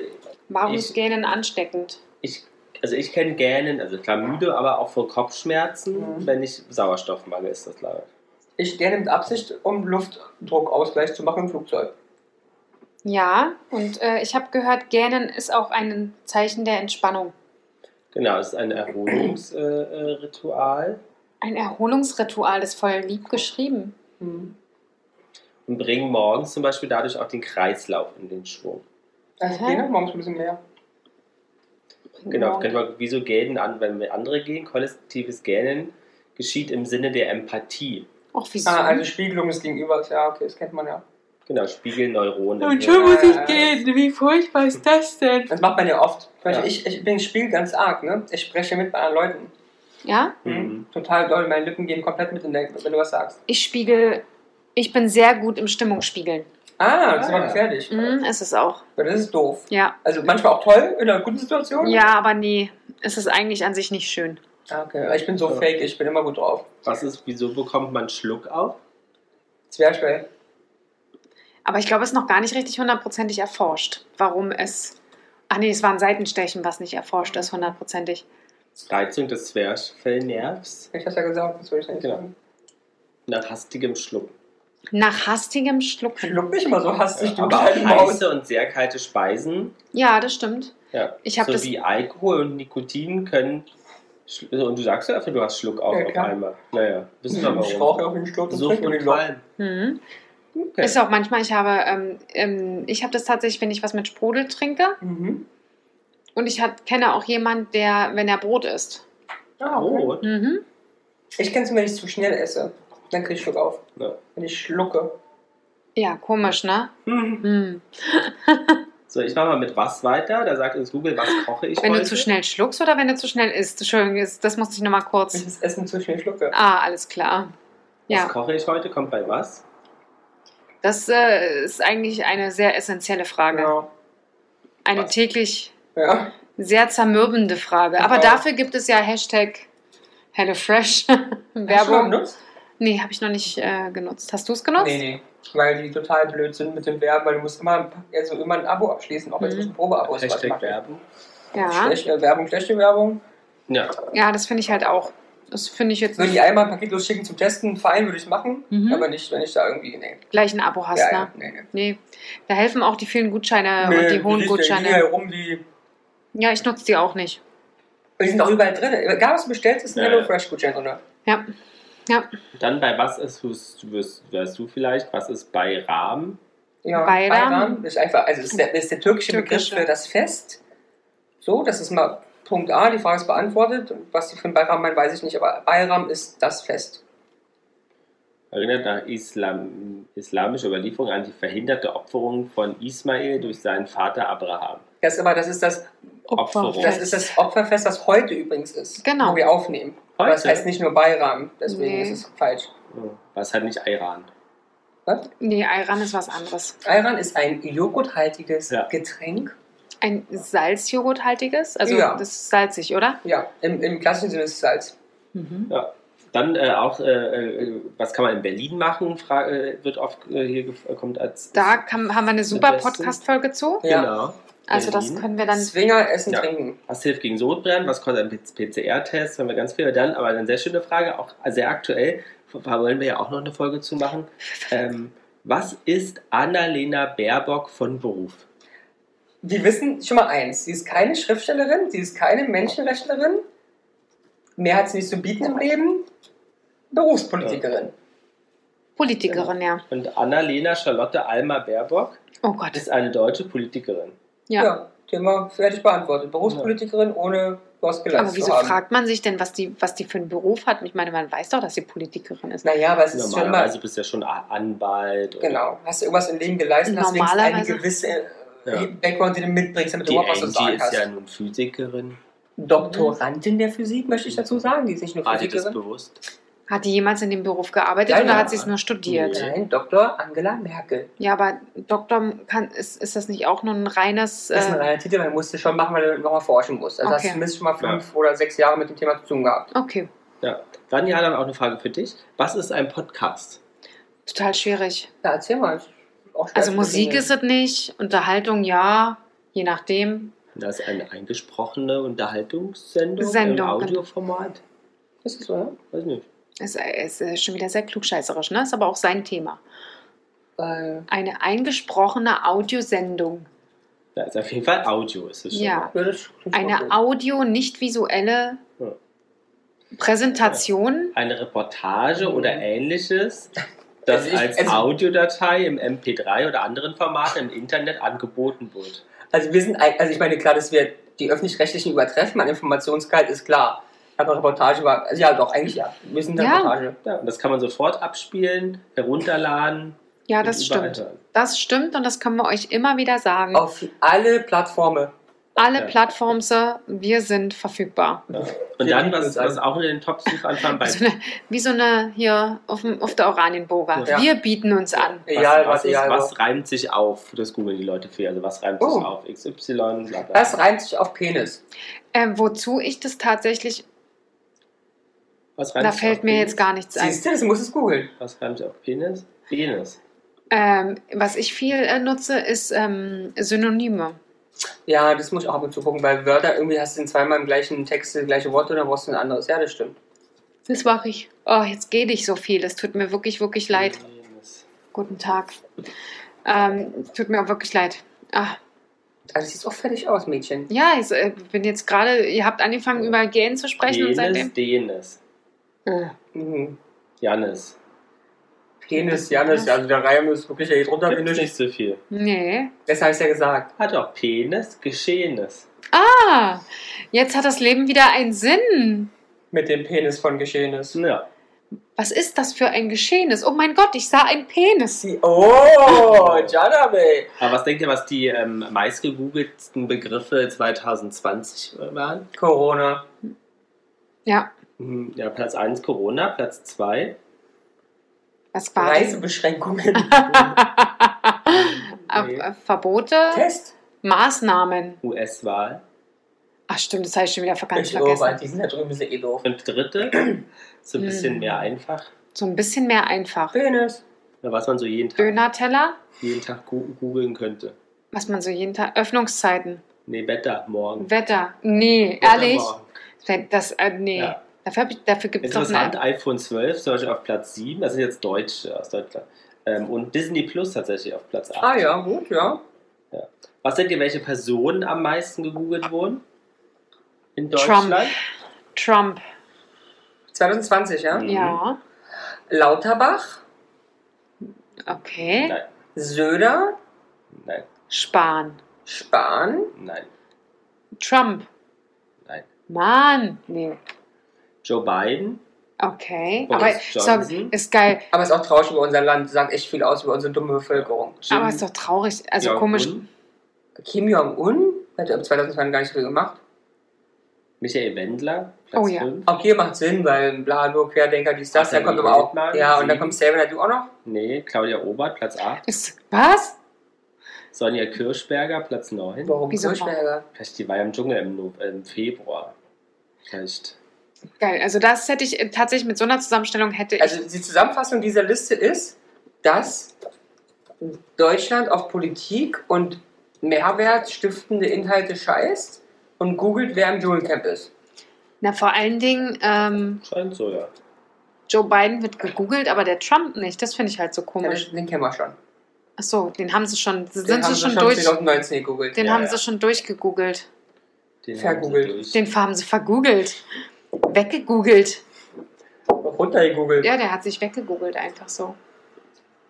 Warum Ich- ist Gähnen ansteckend? ich, also ich kenne Gähnen, also klar müde, aber auch vor Kopfschmerzen, Mhm. wenn ich Sauerstoffmangel ist das leider. Ich gerne mit Absicht, um Luftdruckausgleich zu machen im Flugzeug. Ja, und äh, ich habe gehört, Gähnen ist auch ein Zeichen der Entspannung. Genau, es ist ein Äh, Erholungsritual. Äh, Ritual. Ein Erholungsritual, das ist voll lieb geschrieben. Mhm. und bringen morgens zum Beispiel dadurch auch den Kreislauf in den Schwung. Also ich Aha. gehe noch morgens ein bisschen mehr. Genau, Morgen. können wir wieso Gähnen an, wenn wir andere gehen? Kollektives Gähnen geschieht im Sinne der Empathie. Ach, wieso? Ah, also Spiegelung des Gegenübers, ja, okay, das kennt man ja. Genau, Spiegelneuronen. und Ja. schon muss ich Äh. gehen. Wie furchtbar ist das denn? Das macht man ja oft. Zum Beispiel, Ja. Ich, ich bin Spiel ganz arg, ne? Ich spreche mit anderen Leuten. Ja, Mhm. Total doll, meine Lippen gehen komplett mit in den, wenn du was sagst. ich spiegel. Ich bin sehr gut im Stimmungsspiegeln. Ah, das ist Ah, aber ja. gefährlich. Mhm, ist es auch. Weil das ist doof. Ja. Also manchmal auch toll in einer guten Situation. Ja, aber nee, es ist eigentlich an sich nicht schön. Ah, okay. Aber Ich bin so Ja. fake, ich bin immer gut drauf. Was ist, wieso bekommt man Schluck auf? Zwerchfell. Aber ich glaube, es ist noch gar nicht richtig hundertprozentig erforscht, warum es. Ach nee, es war ein Seitenstechen, was nicht erforscht ist, hundertprozentig. Reizung des Zwerchfellnervs Ich hab's ja gesagt, das würde ich nicht Genau. sagen. nach hastigem Schluck. Nach hastigem Schlucken. Schluck mich mal so hastig, Ja, du aber auch kleine Maus. heiße und sehr kalte Speisen, Ja, das stimmt. ja, Ich hab das- sowie Alkohol und Nikotin können. Schl- Und du sagst ja öfter, du hast Schluck auf Ja, auf klar. einmal. Naja, wissen wir Ich warum. rauche auf den Schluck und So trinke von den Loch. Qualm. Mhm. Okay. Ist auch manchmal, ich habe, ähm, ähm, ich habe das tatsächlich, wenn ich was mit Sprudel trinke. Mhm. Und ich hat, kenne auch jemanden, der, wenn er Brot isst. Ah, okay. Rot. Mhm. Ich kenn's, wenn ich zu schnell esse. Dann krieg ich Schluck auf. Ja. Wenn ich schlucke. Ja, komisch, ne? Hm. So, ich mache mal mit was weiter. Da sagt uns Google, was koche ich Wenn du heute? zu schnell schluckst oder wenn du zu schnell isst. Entschuldigung, das- das musste ich nochmal Wenn ich kurz. das Essen zu schnell schlucke. Ah, alles klar. Was Ja, koche ich heute? Kommt bei was? das äh, ist eigentlich eine sehr essentielle Frage. Genau. Eine Was? täglich Ja. sehr zermürbende Frage. Aber Genau. dafür gibt es ja Hashtag HelloFresh. Hast du mal Werbung. benutzt? Nee, habe ich noch nicht äh, genutzt. Hast du es genutzt? Nee, nee. Weil die total blöd sind mit dem Werben, weil du musst immer, ein- also immer ein Abo abschließen, auch wenn es Mhm. ein Probeabo ist. was Hashtag macht. Werbung. Ja. Schlechte Werbung, schlechte Werbung. Ja, Ja, das finde ich halt auch. Das finde ich jetzt Würde nicht ich einmal ein Paket losschicken zum Testen, fein würde ich es machen, Mhm. aber nicht, wenn ich da irgendwie. Nee. gleich ein Abo hast, ja, ne? nee, nee. Nee. Da helfen auch die vielen Gutscheine Nee, und die hohen siehst ja Gutscheine. Hier herum die Ja, ich nutze die auch nicht. Und die sind auch überall drin. Egal, was du bestellst, ist ein Ja, ja. HelloFresh-Gutschein drin. Ja. Ja, Dann bei was ist, wirst, wirst, wirst du vielleicht, was ist bei Rahm? Ja, Bayram. Bayram ist einfach, also das ist der, das ist der türkische Begriff Türkische. für das Fest. So, das ist mal Punkt A, die Frage ist beantwortet. Und Was die für ein Bayram meinen, weiß ich nicht, aber Bayram ist das Fest. Erinnert nach Islam, islamischer Überlieferung an die verhinderte Opferung von Ismael durch seinen Vater Abraham. Das ist aber das ist das, Opferung. das ist das Opferfest, das heute übrigens ist, Genau. wo wir aufnehmen. Aber das Heute? Oh, heißt nicht nur Bayram, deswegen Nee. ist es falsch. Was hat nicht Iran? Was? nee, Ayran ist was anderes. Ayran ist ein joghurthaltiges Ja. Getränk. Ein Salzjoghurthaltiges, also Ja. das ist salzig, oder? Ja, im, im klassischen Sinne ist es Salz. Mhm. Dann äh, auch, äh, äh, was kann man in Berlin machen, fra- äh, wird oft äh, hier gef- kommt als. Da kann, haben wir eine super Beste. Podcast-Folge zu. Ja. Genau. Also das Berlin. können wir dann. Zwinger, Essen, Ja. Trinken. Was hilft gegen Sodbrennen? Was kostet ein PCR-Test? Haben wir ganz viele. Dann, aber eine sehr schöne Frage, auch sehr aktuell. Da wollen wir ja auch noch eine Folge zu machen. Ähm, was ist Annalena Baerbock von Beruf? Wir wissen schon mal eins, sie ist keine Schriftstellerin, sie ist keine Menschenrechtlerin, mehr hat sie nicht zu bieten im Leben, Berufspolitikerin. Politikerin, ja. Und Annalena Charlotte Alma Baerbock Oh Gott. ist eine deutsche Politikerin. Ja. Thema fertig beantwortet. Berufspolitikerin ohne was gelernt Aber wieso zu haben. fragt man sich denn, was die, was die für einen Beruf hat? Ich meine, man weiß doch, dass sie Politikerin ist. Naja, aber es ist schon Normalerweise mal, bist du ja schon A- Anwalt. oder- genau, hast du irgendwas im Leben geleistet, hast wenigstens eine Normalerweise- gewisse äh, Ja. Background, die du mitbringst, damit du Die überhaupt was zu Angie sagen ist hast. ja nun Physikerin. Doktorandin der Physik, möchte ich dazu sagen, die ist nicht nur War dir das Physikerin. bewusst? Hat die jemals in dem Beruf gearbeitet Ja, oder ja. hat sie es nur studiert? Nee. Nein, Dr. Angela Merkel. Ja, aber Doktor kann, ist, ist das nicht auch nur ein reines. Das ist ein Äh, reiner Titel, weil man musste schon machen, weil du nochmal forschen musst. Also hast Okay. du mindestens schon mal fünf oder sechs Jahre mit dem Thema zu tun gehabt. okay, Dann ja, dann auch eine Frage für dich. Was ist ein Podcast? total schwierig. Ja, erzähl mal. ist auch schwer Also zu Musik ist definieren. es nicht, Unterhaltung ja, je nachdem. Das ist eine eingesprochene Unterhaltungssendung Sendung, genau. im Audioformat. Ist es so, ja? Weiß nicht. Ist, äh, ist äh, schon wieder sehr klugscheißerisch, ne? Ist aber auch sein Thema. Weil, Eine eingesprochene Audiosendung. Da ist auf jeden Fall Audio, ist es schon. Ja. ja, das klingt schon Eine gut. audio, nicht visuelle Ja. Präsentation. Eine Reportage Mhm. oder ähnliches, das Also ich- als also- Audiodatei im MP3 oder anderen Formaten im Internet angeboten wird. Also wir sind, ein- also ich meine, klar, dass wir die öffentlich-rechtlichen übertreffen an Informationsgehalt, ist klar. Aber Reportage war, also ja doch, eigentlich ja. Wir sind eine Ja. Reportage. Ja, und das kann man sofort abspielen, herunterladen. Ja, und das überall stimmt. hören. Das stimmt und das können wir euch immer wieder sagen. Auf alle Plattformen. Alle Ja. Plattformen, Sir, wir sind verfügbar. Und Ja, dann, die was, ist ein- was auch in den Top 5 anfangen bei So eine, wie so eine hier auf, dem, auf der Oranienburger. Ja. Wir bieten uns an. Egal was, was, ist, egal was. was reimt sich auf? Das googeln die Leute viel. Also was reimt Oh. sich auf? XY, bla bla. Das reimt sich auf Penis. Ähm, wozu ich das tatsächlich, was da sich fällt auf mir Penis? jetzt gar nichts ein. Siehst du, das musst du es googeln. Was reimt sich auf Penis? Penis. Ähm, was ich viel äh, nutze, ist ähm, Synonyme. Ja, das muss ich auch ab und zu gucken, weil Wörter irgendwie hast du in zweimal im gleichen Text das gleiche Wort und dann brauchst du ein anderes. Ja, das stimmt. Das mache ich. Oh, jetzt gehe ich so viel. Das tut mir wirklich, wirklich leid. Penis. Guten Tag. Ähm, tut mir auch wirklich leid. Ah, Also sieht auch fertig aus, Mädchen. ja, ich äh, bin jetzt gerade, ihr habt angefangen über Gähnen zu sprechen und seitdem. Penis, Denis. Äh. Mhm. Janis. Penis, Janis, also der Reim ist wirklich hier drunter Gibt's genügt. nicht so viel. Nee. Das habe ich ja gesagt. Hat auch Penis, Geschehenes. Ah, jetzt hat das Leben wieder einen Sinn. Mit dem Penis von Geschehenes. Ja. Was ist das für ein Geschehenes? Oh mein Gott, ich sah einen Penis. Sie- Oh, Janabe. Aber was denkt ihr, was die ähm, meistgegoogelten Begriffe 2020 waren? Corona. Ja, Mhm, Ja, Platz 1 Corona, Platz 2 was war das? Reisebeschränkungen. Äh, äh, Verbote, Test. Maßnahmen. US-Wahl. Ach stimmt, das habe ich schon wieder ganz Ich glaube, vergessen. oh, die sind da drüben sehr eh doof. Und dritte, so ein bisschen Mhm. mehr einfach. So ein bisschen mehr einfach. Penis. Na, Was man so jeden Tag, Döner-Teller, jeden Tag goo- googeln könnte. was man so jeden Tag... Öffnungszeiten, Nee, Wetter morgen. Wetter. Nee, Wetter ehrlich? morgen. Das, äh, nee. Ja. Dafür, hab ich- dafür gibt es doch Interessant, eine... iPhone 12 zum Beispiel auf Platz 7, das sind Ah, jetzt Deutsche aus Deutschland. Ähm, und Disney Plus tatsächlich auf Platz 8. Ah ja, gut, ja. Was seht ihr, welche Personen am meisten gegoogelt wurden? In Deutschland? Trump, 2020, ja? Mhm. ja. Lauterbach, Okay. Nein, Söder, nein, Spahn. Spahn, nein, Trump. nein. Mann. Nee. Joe Biden? Okay. Boris aber Johnson. so, ist geil. aber ist auch traurig über unser Land, sagt echt viel aus über unsere dumme Bevölkerung. Jim aber ist doch traurig. Also Jong-un, komisch. Kim Jong-un hat er im 2020 gar nicht so viel gemacht. Michael Wendler? Platz Oh ja. fünf. Auch hier macht Sinn, weil bla, nur Querdenker, dies, das, Ach, dann dann kommt die aber auch. Weltlagen, Ja, und sie- dann kommt Sarah, du auch noch? Nee, Claudia Obert, Platz 8. Ist, was? Sonja Kirschberger, Platz 9. Warum Wieso Kirchberger? Vielleicht die war ja im Dschungel im, No- äh, im Februar. Vielleicht. Geil. Also das hätte ich äh, tatsächlich mit so einer Zusammenstellung hätte ich. Also die Zusammenfassung dieser Liste ist, dass Deutschland auf Politik und mehrwertstiftende Inhalte scheißt und googelt, wer im Dschungelcamp ist. na, vor allen Dingen, ähm, Scheint so, ja. Joe Biden wird gegoogelt, aber der Trump nicht. Das finde ich halt so Ja, komisch. den kennen wir schon. Achso, den haben sie schon. Den Sind haben sie schon schon durch? 2019 gegoogelt. Den Ja, haben ja. sie schon durchgegoogelt. Den Vergoogelt. haben sie durch. Den haben sie vergoogelt. Weggegoogelt. Runtergegoogelt. Ja, der hat sich weggegoogelt, einfach so.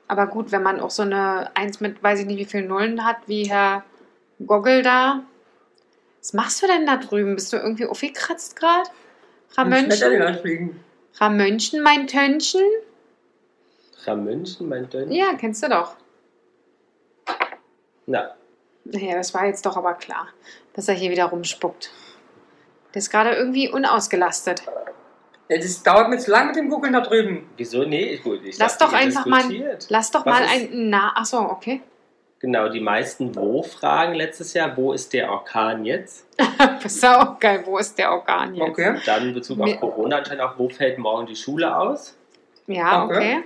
Aber gut, wenn man auch so eine Eins mit, weiß ich nicht, wie viele Nullen hat, wie Herr Goggle da. Was machst du denn da drüben? Bist du irgendwie aufgekratzt gerade? Hm, Schmetterling Ramönchen? anfliegen. Ramönchen, mein Tönchen? Ramünchen, mein Dönn? Ja, kennst du doch. Na, Naja, das war jetzt doch aber klar, dass er hier wieder rumspuckt. Der ist gerade irgendwie unausgelastet. Ja, das dauert mir zu lang mit dem Googeln da drüben. wieso? Nee, gut. Ich Lass dachte, doch ihr einfach mal- diskutiert. Lass doch Was mal ist- ein. Na, achso, okay. Genau, die meisten Wo-Fragen letztes Jahr. Wo ist der Orkan jetzt? Das ist auch geil. Wo ist der Organ jetzt? Okay. Dann in Bezug auf Mir- Corona anscheinend auch, wo fällt morgen die Schule aus? Ja, Danke. okay.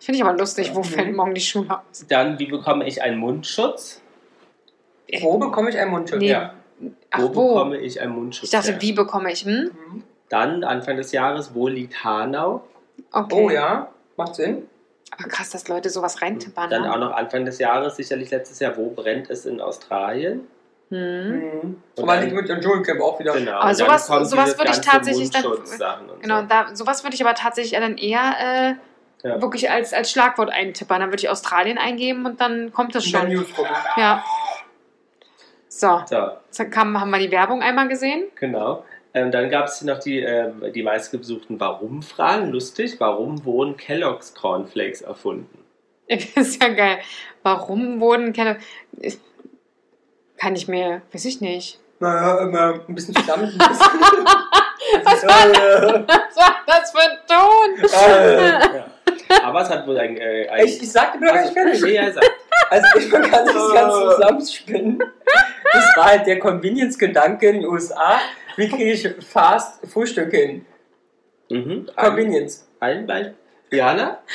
Finde ich aber lustig. Wo Mhm. fällt morgen die Schule aus? Dann, wie bekomme ich einen Mundschutz? Wo bekomme ich einen Mundschutz? Nee. Ja. Ach, wo, wo? bekomme ich einen Mundschutz? Ich dachte, her? wie bekomme ich? Hm? Mhm. Dann, Anfang des Jahres, wo liegt Hanau? Okay. Oh ja, macht Sinn. Aber krass, dass Leute sowas reintippern. Dann ne? auch noch Anfang des Jahres, sicherlich letztes Jahr, wo brennt es in Australien? Hm. Mhm. Und Und man dann- liegt mit dem Dschungelcamp auch wieder. Genau. Aber und dann sowas- kommt sowas dieses würde ich ganze tatsächlich dann- Mundschutzsachen und Genau, So. da, sowas würde ich aber tatsächlich dann eher äh, Ja. wirklich als, als Schlagwort eintippern. Dann würde ich Australien eingeben und dann kommt das Und dann schon. News gucken. Ja. So, So, jetzt kam, haben wir die Werbung einmal gesehen. genau. Ähm, dann gab es noch die, ähm, die meistgesuchten Warum-Fragen. Lustig, warum wurden Kellogg's Cornflakes erfunden? Das ist ja geil. Warum wurden keine. Kann ich mir. Weiß ich nicht. Naja, immer ein bisschen zusammen. äh, Ein bisschen. Was war Was war das für ein Ton? Ja. Aber es hat wohl ein... Äh, ein ich, ich sagte mir doch gar nicht fertig. also, nee, ja, sag. Also ich kann das ganz zusammenspinnen. Das war halt der Convenience-Gedanke in den USA. Wie kriege ich fast Frühstück hin? mhm. ein, Convenience. ein Beispiel. Jana?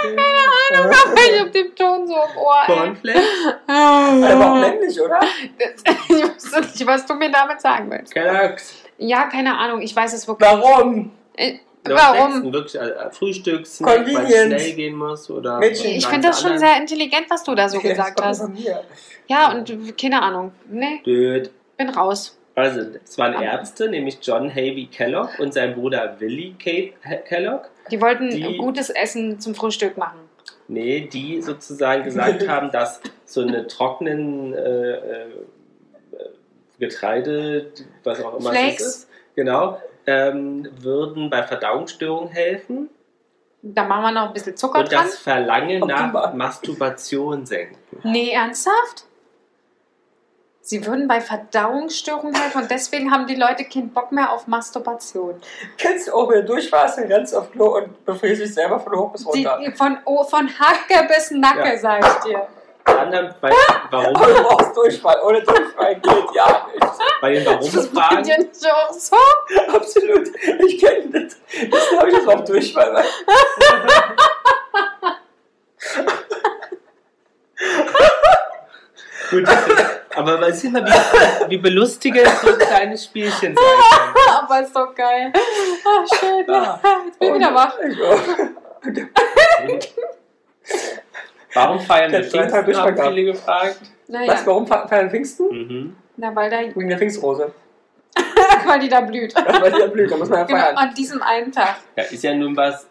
Ich hab den Ton so im Ohr. Ey. Cornflakes? Aber auch männlich, oder? Das- Ich wusste nicht, was du mir damit sagen willst. Kellogg's. Ja, keine Ahnung. Ich weiß es wirklich. Warum? Äh, Doch, Warum? Snacksen, Wirklich, äh, Frühstücks, weil es Convenience. schnell gehen muss oder... Mädchen. Ich ganz finde das schon anderen. sehr intelligent, was du da so Ja, das gesagt kommt ja hast. von mir. Ja, und keine Ahnung. Nee, Blöd. bin raus. Also, es waren Aber- Ärzte, nämlich John Havey Kellogg und sein Bruder Willie Cape Kellogg. Die wollten Die- gutes Essen zum Frühstück machen. Nee, die sozusagen gesagt haben, dass so eine trockenen äh, äh, Getreide, was auch immer Flakes. es ist, genau, ähm, würden bei Verdauungsstörungen helfen Da machen wir noch ein bisschen Zucker und dran. das Verlangen nach Optimal. Masturbation senken. Nee, ernsthaft? Sie würden bei Verdauungsstörungen helfen und deswegen haben die Leute keinen Bock mehr auf Masturbation. Kennst du auch, wenn du durch warst, dann rennst du auf Klo und befrierst dich selber von hoch bis Die, runter. die von, oh, von Hacke bis Nacke, Ja. sag ich dir. Anderen, bei, Aber warum, du brauchst Durchfall. Ohne Durchfall geht ja nicht. bei den Das war dir Warum-Fragen nicht auch so. Absolut. Ich kenne das. Das habe ich jetzt auch Durchfall. ne? Weil Gut, das ist, aber weißt du mal, wie, wie belustigend so ein kleines Spielchen sein kann. Aber ist doch geil. Ah, schön. Ja. Jetzt bin ich wieder wach. Ich auch. Warum feiern wir Der Freitag Pfingsten, ist haben vergangen. viele gefragt. Naja, Was, warum fe- feiern Pfingsten? Mhm. na, weil, da, Wegen der Pfingstrose. weil die da blüht. Weil die ja blüht, da muss man ja feiern. Genau, an diesem einen Tag. Da ist ja nun was.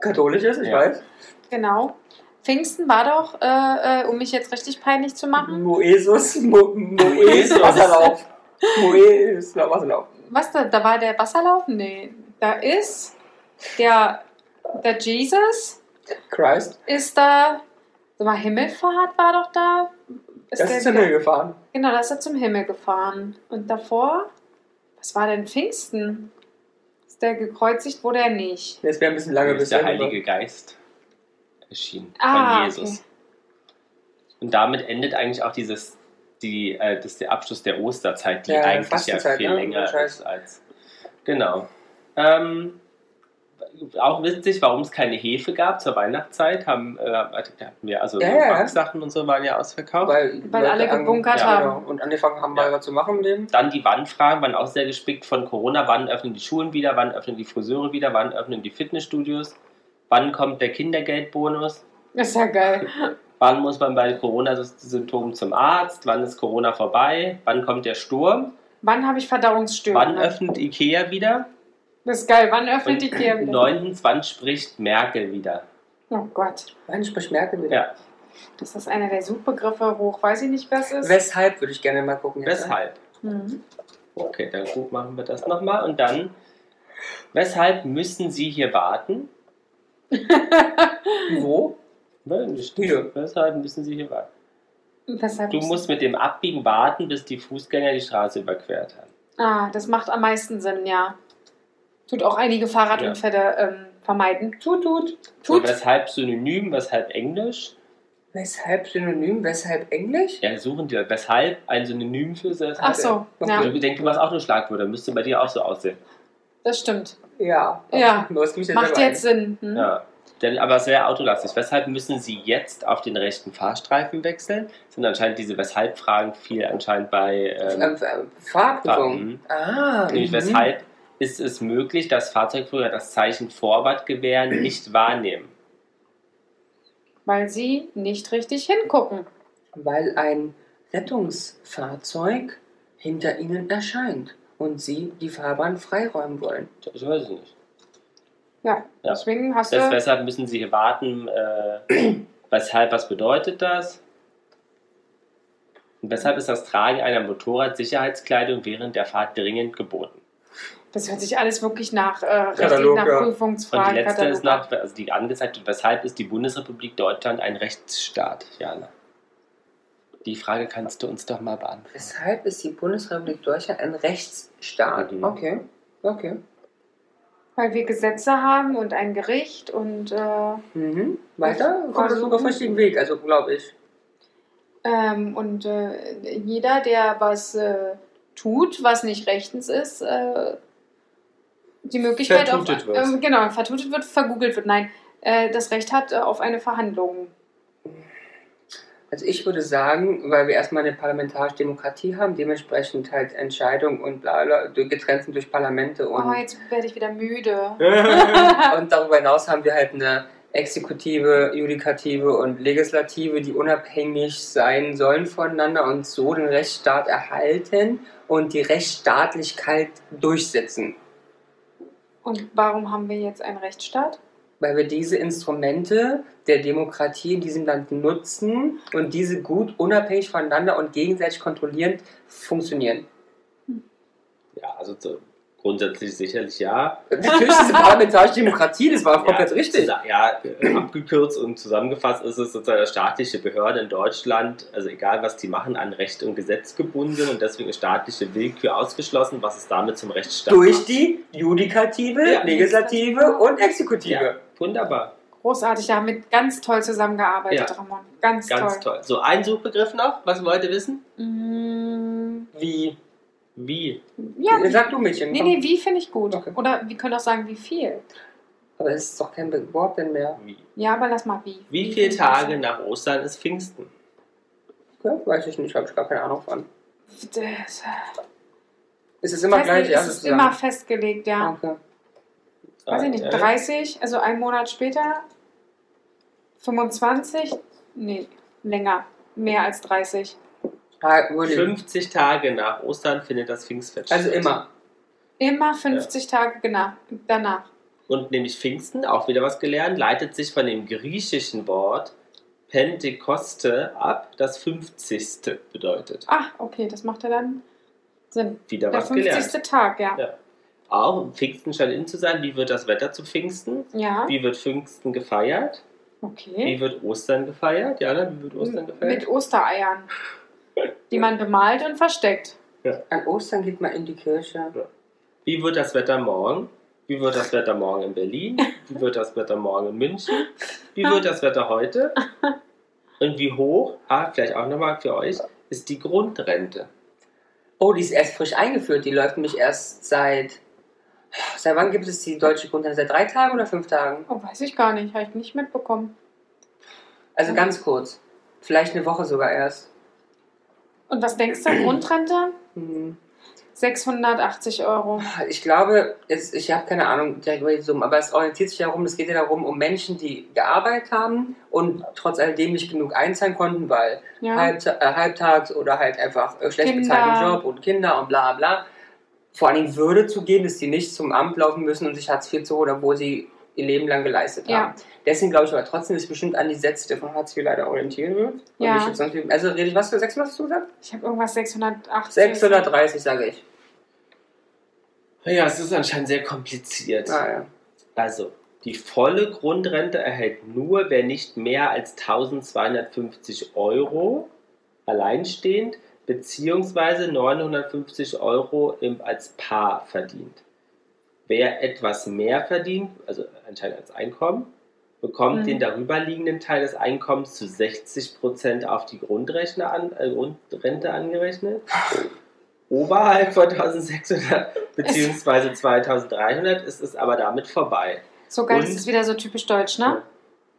Katholisch ist, ich Ja. weiß. Genau. Pfingsten war doch, äh, äh, um mich jetzt richtig peinlich zu Mhm. machen. Moesus, Mo, Moes, Moesus. Wasserlauf. Moes, Wasserlauf. Was da? Da war der Wasserlauf? Nee. Da ist der, der Jesus. Christ. Ist da. Sag mal, Himmelfahrt war doch da. Das ist zum Himmel gefahren. Genau, da ist er zum Himmel gefahren. Und davor, was war denn Pfingsten? Ist der gekreuzigt, wurde er nicht. Jetzt wäre ein bisschen Da lange bis ist der dahin, Heilige Geist erschienen Ah, von Jesus. Und damit endet eigentlich auch dieses, die, äh, das ist der Abschluss der Osterzeit, die Ja, eigentlich ja Fastenzeit, viel ne? länger Scheiß. ist als. Genau. Ähm, auch witzig, warum es keine Hefe gab zur Weihnachtszeit, haben, äh, hatten wir, also Ja, so ja. Backsachen und so waren ja ausverkauft. Weil, Weil Leute alle an- gebunkert ja, haben. Genau. Und angefangen haben, Ja. mal was zu machen mit dem. Dann die Wann-Fragen waren auch sehr gespickt von Corona. Wann öffnen die Schulen wieder? Wann öffnen die Friseure wieder? Wann öffnen die Fitnessstudios? Wann kommt der Kindergeldbonus? Das ist ja geil. Wann muss man bei Corona-Symptomen zum Arzt? Wann ist Corona vorbei? Wann kommt der Sturm? Wann habe ich Verdauungsstörungen? Wann öffnet Ikea wieder? Das ist geil. Wann öffnet Und die Kehr wieder? 29 spricht Merkel wieder. Oh Gott. Nein, ich bemerke wieder. Ja, Das ist einer der Suchbegriffe hoch. Weiß ich nicht, was ist. Weshalb würde ich gerne mal gucken. jetzt, ne? weshalb? Hm. Okay, dann gut, machen wir das nochmal. Und dann, weshalb müssen Sie hier warten? Wo? Ne, Hier. Weshalb müssen Sie hier warten? Weshalb Du musst mit dem Abbiegen warten, bis die Fußgänger die Straße überquert haben. Ah, das macht am meisten Sinn, ja. Tut auch einige Fahrradunfälle ähm, vermeiden. Tut, tut. Und Tut. weshalb Synonym, weshalb Englisch? Weshalb Synonym, weshalb Englisch? Ja, suchen dir weshalb ein Synonym für weshalb. Ach so, ja, Ich denke, du machst auch nur Schlagwörter, müsste bei dir auch so aussehen. das stimmt. Ja. Ja. Los, gib mich jetzt Macht selber ein. jetzt Sinn. Hm? Ja. Denn, aber sehr autolastig. Weshalb müssen sie jetzt auf den rechten Fahrstreifen wechseln? Sind anscheinend diese Weshalb-Fragen viel anscheinend bei. Ähm, Ähm, ähm, Fahrprüfung. Mhm. Ah. nämlich mhm. weshalb ist es möglich, dass Fahrzeugführer das Zeichen Vorwärtgewehr nicht wahrnehmen? Weil sie nicht richtig hingucken. Weil ein Rettungsfahrzeug hinter ihnen erscheint und sie die Fahrbahn freiräumen wollen. Ich weiß es nicht. Ja, Ja. deswegen hast Das, du. weshalb müssen sie hier warten? Äh, weshalb, was bedeutet das? Und weshalb ist das Tragen einer Motorradsicherheitskleidung während der Fahrt dringend geboten? Das hört sich alles wirklich nach äh, richtig Katalog, nach ja. Und die Prüfungsfragen. letzte ist Katalog. nach, also die angezeigte, weshalb ist die Bundesrepublik Deutschland ein Rechtsstaat, Jana? Die Frage kannst du uns doch mal beantworten. Weshalb ist die Bundesrepublik Deutschland ein Rechtsstaat? Mhm. Okay, okay. Weil wir Gesetze haben und ein Gericht und äh, Mhm. Weiter? Kommt das Also- sogar auf den richtigen Weg, also glaube ich. Ähm, und äh, jeder, der was äh, tut, was nicht rechtens ist, äh, die Möglichkeit Vertutet auf, wird. ähm, genau, vertutet wird, vergoogelt wird. Nein, äh, das Recht hat äh, auf eine Verhandlung. Also ich würde sagen, weil wir erstmal eine parlamentarische Demokratie haben, dementsprechend halt Entscheidungen und bla bla, getrennt sind durch Parlamente und, oh, jetzt werde ich wieder müde. und darüber hinaus haben wir halt eine Exekutive, Judikative und Legislative, die unabhängig sein sollen voneinander und so den Rechtsstaat erhalten und die Rechtsstaatlichkeit durchsetzen. Und warum haben wir jetzt einen Rechtsstaat? weil wir diese Instrumente der Demokratie in diesem Land nutzen und diese gut unabhängig voneinander und gegenseitig kontrollierend funktionieren. Ja, also zu, grundsätzlich sicherlich ja. Natürlich ist es parlamentarische Demokratie, das war komplett ja, richtig. zusa- Ja, äh, abgekürzt und zusammengefasst ist es sozusagen dass staatliche Behörden in Deutschland, also egal was die machen, an Recht und Gesetz gebunden sind und deswegen ist staatliche Willkür ausgeschlossen, was es damit zum Rechtsstaat Durch macht. die Judikative, Ja. Legislative und ja, Exekutive. Wunderbar, Großartig, da haben wir ganz toll zusammengearbeitet, Ja. Ramon. Ganz, ganz toll. toll. So, ein Suchbegriff noch, was wir heute wissen? Mm, Wie? Wie? ja, Sag du, Mädchen. nee, komm. nee, wie finde ich gut. Okay. Oder wir können auch sagen, wie viel. Aber es ist doch kein Be- Wort denn mehr. Wie, Ja, aber lass mal wie. Wie finde viele ich Tage das? nach Ostern ist Pfingsten? Ja, weiß ich nicht, habe ich gar keine Ahnung von. Das- Es ist immer gleich, Festgelegt- ja? es ist sozusagen. immer festgelegt, ja. Okay. Weiß ich nicht, Äh, 30, also einen Monat später, 25, nee, länger. Mehr als 30. Ah, würde ich. 50 Tage nach Ostern findet das Pfingstfest Also statt. immer. Immer 50 Tage gena- danach. Und nämlich Pfingsten, auch wieder was gelernt, leitet sich von dem griechischen Wort Pentekoste ab, das 50. bedeutet. Ah, okay, das macht ja dann Sinn. Wieder Der was 50. gelernt. Tag, ja. Ja. Auch um Pfingsten scheint in zu sein, wie wird das Wetter zu Pfingsten? Ja, Wie wird Pfingsten gefeiert? Wie okay. wird Ostern gefeiert? Ja, ne, wie wird Ostern gefeiert? Mit Ostereiern, die man bemalt und versteckt. An Ostern geht man in die Kirche. Wie wird das Wetter morgen? Wie wird das Wetter morgen in Berlin? Wie wird das Wetter morgen in München? Wie wird das Wetter heute? Und wie hoch, ah, vielleicht auch nochmal für euch, ist die Grundrente? Oh, die ist erst frisch eingeführt. Die läuft nämlich erst seit. Seit wann gibt es die deutsche Grundrente? Seit drei Tagen oder fünf Tagen? Oh, weiß ich gar nicht, habe ich nicht mitbekommen. Mhm. Also ganz kurz. Vielleicht eine Woche sogar erst. Und was denkst du, Grundrente? Hm. 680 Euro. Ich glaube, es, ich habe keine Ahnung direkt über die Summen, aber es orientiert sich darum, es geht ja darum, um Menschen, die gearbeitet haben und trotz alledem nicht genug einzahlen konnten, weil Ja. halb, äh, halbtags oder halt einfach äh, schlecht Kinder. bezahlten Job und Kinder und bla bla. Vor allen Dingen Würde zu geben, dass die nicht zum Amt laufen müssen und sich Hartz IV zu oder wo sie ihr Leben lang geleistet Ja. haben. Deswegen glaube ich aber trotzdem, dass ich bestimmt an die Sätze von Hartz IV leider orientieren wird. Und Ja. ich jetzt sonst, also rede ich, was für 600 hast du gesagt? Ich habe irgendwas 680. 630 sage ich. Ja, es ist anscheinend sehr kompliziert. Ah, ja. Also, die volle Grundrente erhält nur, wer nicht mehr als 1250 Euro alleinstehend beziehungsweise 950 Euro im, als Paar verdient. Wer etwas mehr verdient, also anscheinend als Einkommen, bekommt Mhm. den darüberliegenden Teil des Einkommens zu 60% auf die Grundrechner an, äh, Grundrente angerechnet. Oberhalb von 1600 bzw. 2300 ist es aber damit vorbei. So geil, Und- das ist wieder so typisch deutsch, ne?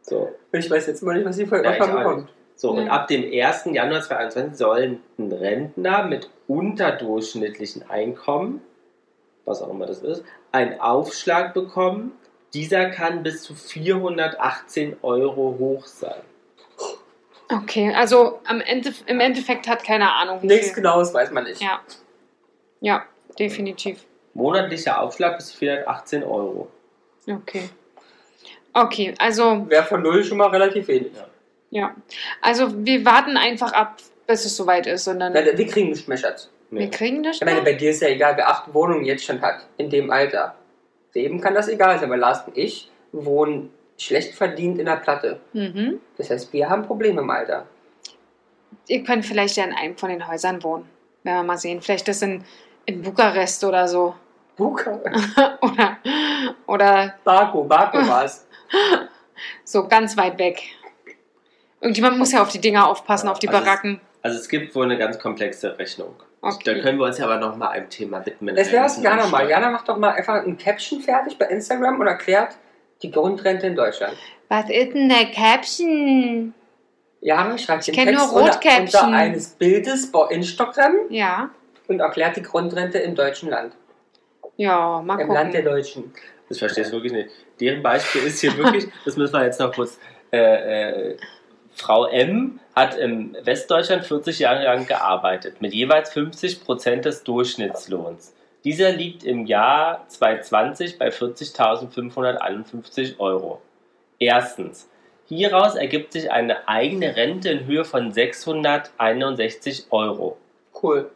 So, Ich weiß jetzt mal nicht, was die Ja, Folge ich ja, auch bekommt. so und Mhm. ab dem 1. Januar 2021 sollten Rentner mit unterdurchschnittlichen Einkommen, was auch immer das ist, einen Aufschlag bekommen. Dieser kann bis zu 418 Euro hoch sein. Okay, also am Ende, im Endeffekt hat keine Ahnung. wie Nichts viel. genaues weiß man nicht. Ja. Ja, definitiv. Monatlicher Aufschlag bis zu 418 Euro. Okay. Okay, also Wäre von null schon mal relativ wenig. Ja. ja. Also wir warten einfach ab, bis es soweit ist und dann Na, Wir kriegen nicht mehr Schatz. wir Nee. kriegen das Ich meine, schnell. bei dir ist ja egal, wer acht Wohnungen jetzt schon hat, in dem Alter. Dem kann das egal sein, weil Lars und ich wohnen schlecht verdient in der Platte. Mhm. Das heißt, wir haben Probleme im Alter. Ihr könnt vielleicht ja in einem von den Häusern wohnen. Werden wir mal sehen. Vielleicht das in, in Bukarest oder so. Buka. oder, oder Baku, Baku war's. so ganz weit weg. Irgendjemand muss ja auf die Dinger aufpassen, Ja, auf die also es- Baracken. Also es gibt wohl eine ganz komplexe Rechnung. Okay. Da können wir uns ja aber nochmal einem Thema widmen. Das wäre was für Jana Renten mal. Jana macht doch mal einfach ein Caption fertig bei Instagram und erklärt die Grundrente in Deutschland. Was ist denn der Caption? Jana schreibt den kenn Text nur unter, Rotkäppchen. unter eines Bildes bei Instagram Ja, und erklärt die Grundrente im deutschen Land. ja, mal Im Land der gucken. Deutschen. Ich verstehe es wirklich nicht. Deren Beispiel ist hier wirklich, das müssen wir jetzt noch kurz. Äh, äh, Frau M hat in Westdeutschland 40 Jahre lang gearbeitet, mit jeweils 50 Prozent des Durchschnittslohns. Dieser liegt im Jahr 2020 bei 40.551 Euro. Erstens, hieraus ergibt sich eine eigene Rente in Höhe von 661 Euro. Cool.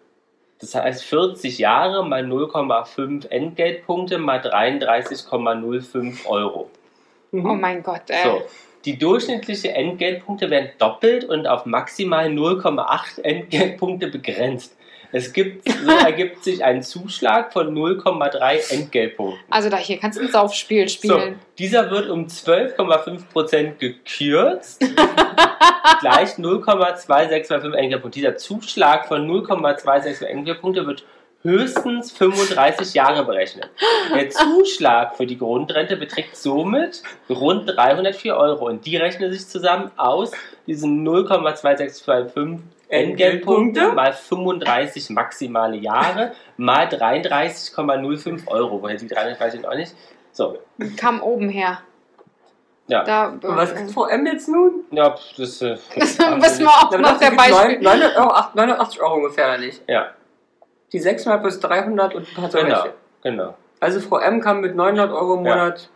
Das heißt 40 Jahre mal 0,5 Entgeltpunkte mal 33,05 Euro. Mhm. Oh mein Gott, ey. So. Die durchschnittliche Entgeltpunkte werden doppelt und auf maximal 0,8 Entgeltpunkte begrenzt. Es gibt, so ergibt sich ein Zuschlag von 0,3 Entgeltpunkten. Also da hier kannst du ein Saufspiel So, spielen. dieser wird um 12,5% gekürzt, gleich 0,265 Enkelpunkte. Dieser Zuschlag von 0,265 Enkelpunkte wird höchstens 35 Jahre berechnet. Der Zuschlag für die Grundrente beträgt somit rund 304 Euro und die rechnen sich zusammen aus diesen 0,2625 Entgeltpunkte Entgeltpunkte? mal 35 maximale Jahre mal 33,05 Euro. Woher die 300 weiß ich auch nicht. So, Kam oben her. Ja. Da, Und was kriegt VM jetzt nun? Ja, pf, das äh, wissen wir auch Damit noch hast du der jetzt neun- Beispiel. 900 Euro, acht- 89 Euro ungefähr, oder nicht? Ja, Die 600 bis 300 und ein paar genau. Tonnäche. genau. Also Frau M kann mit 900 Euro im Ja. Monat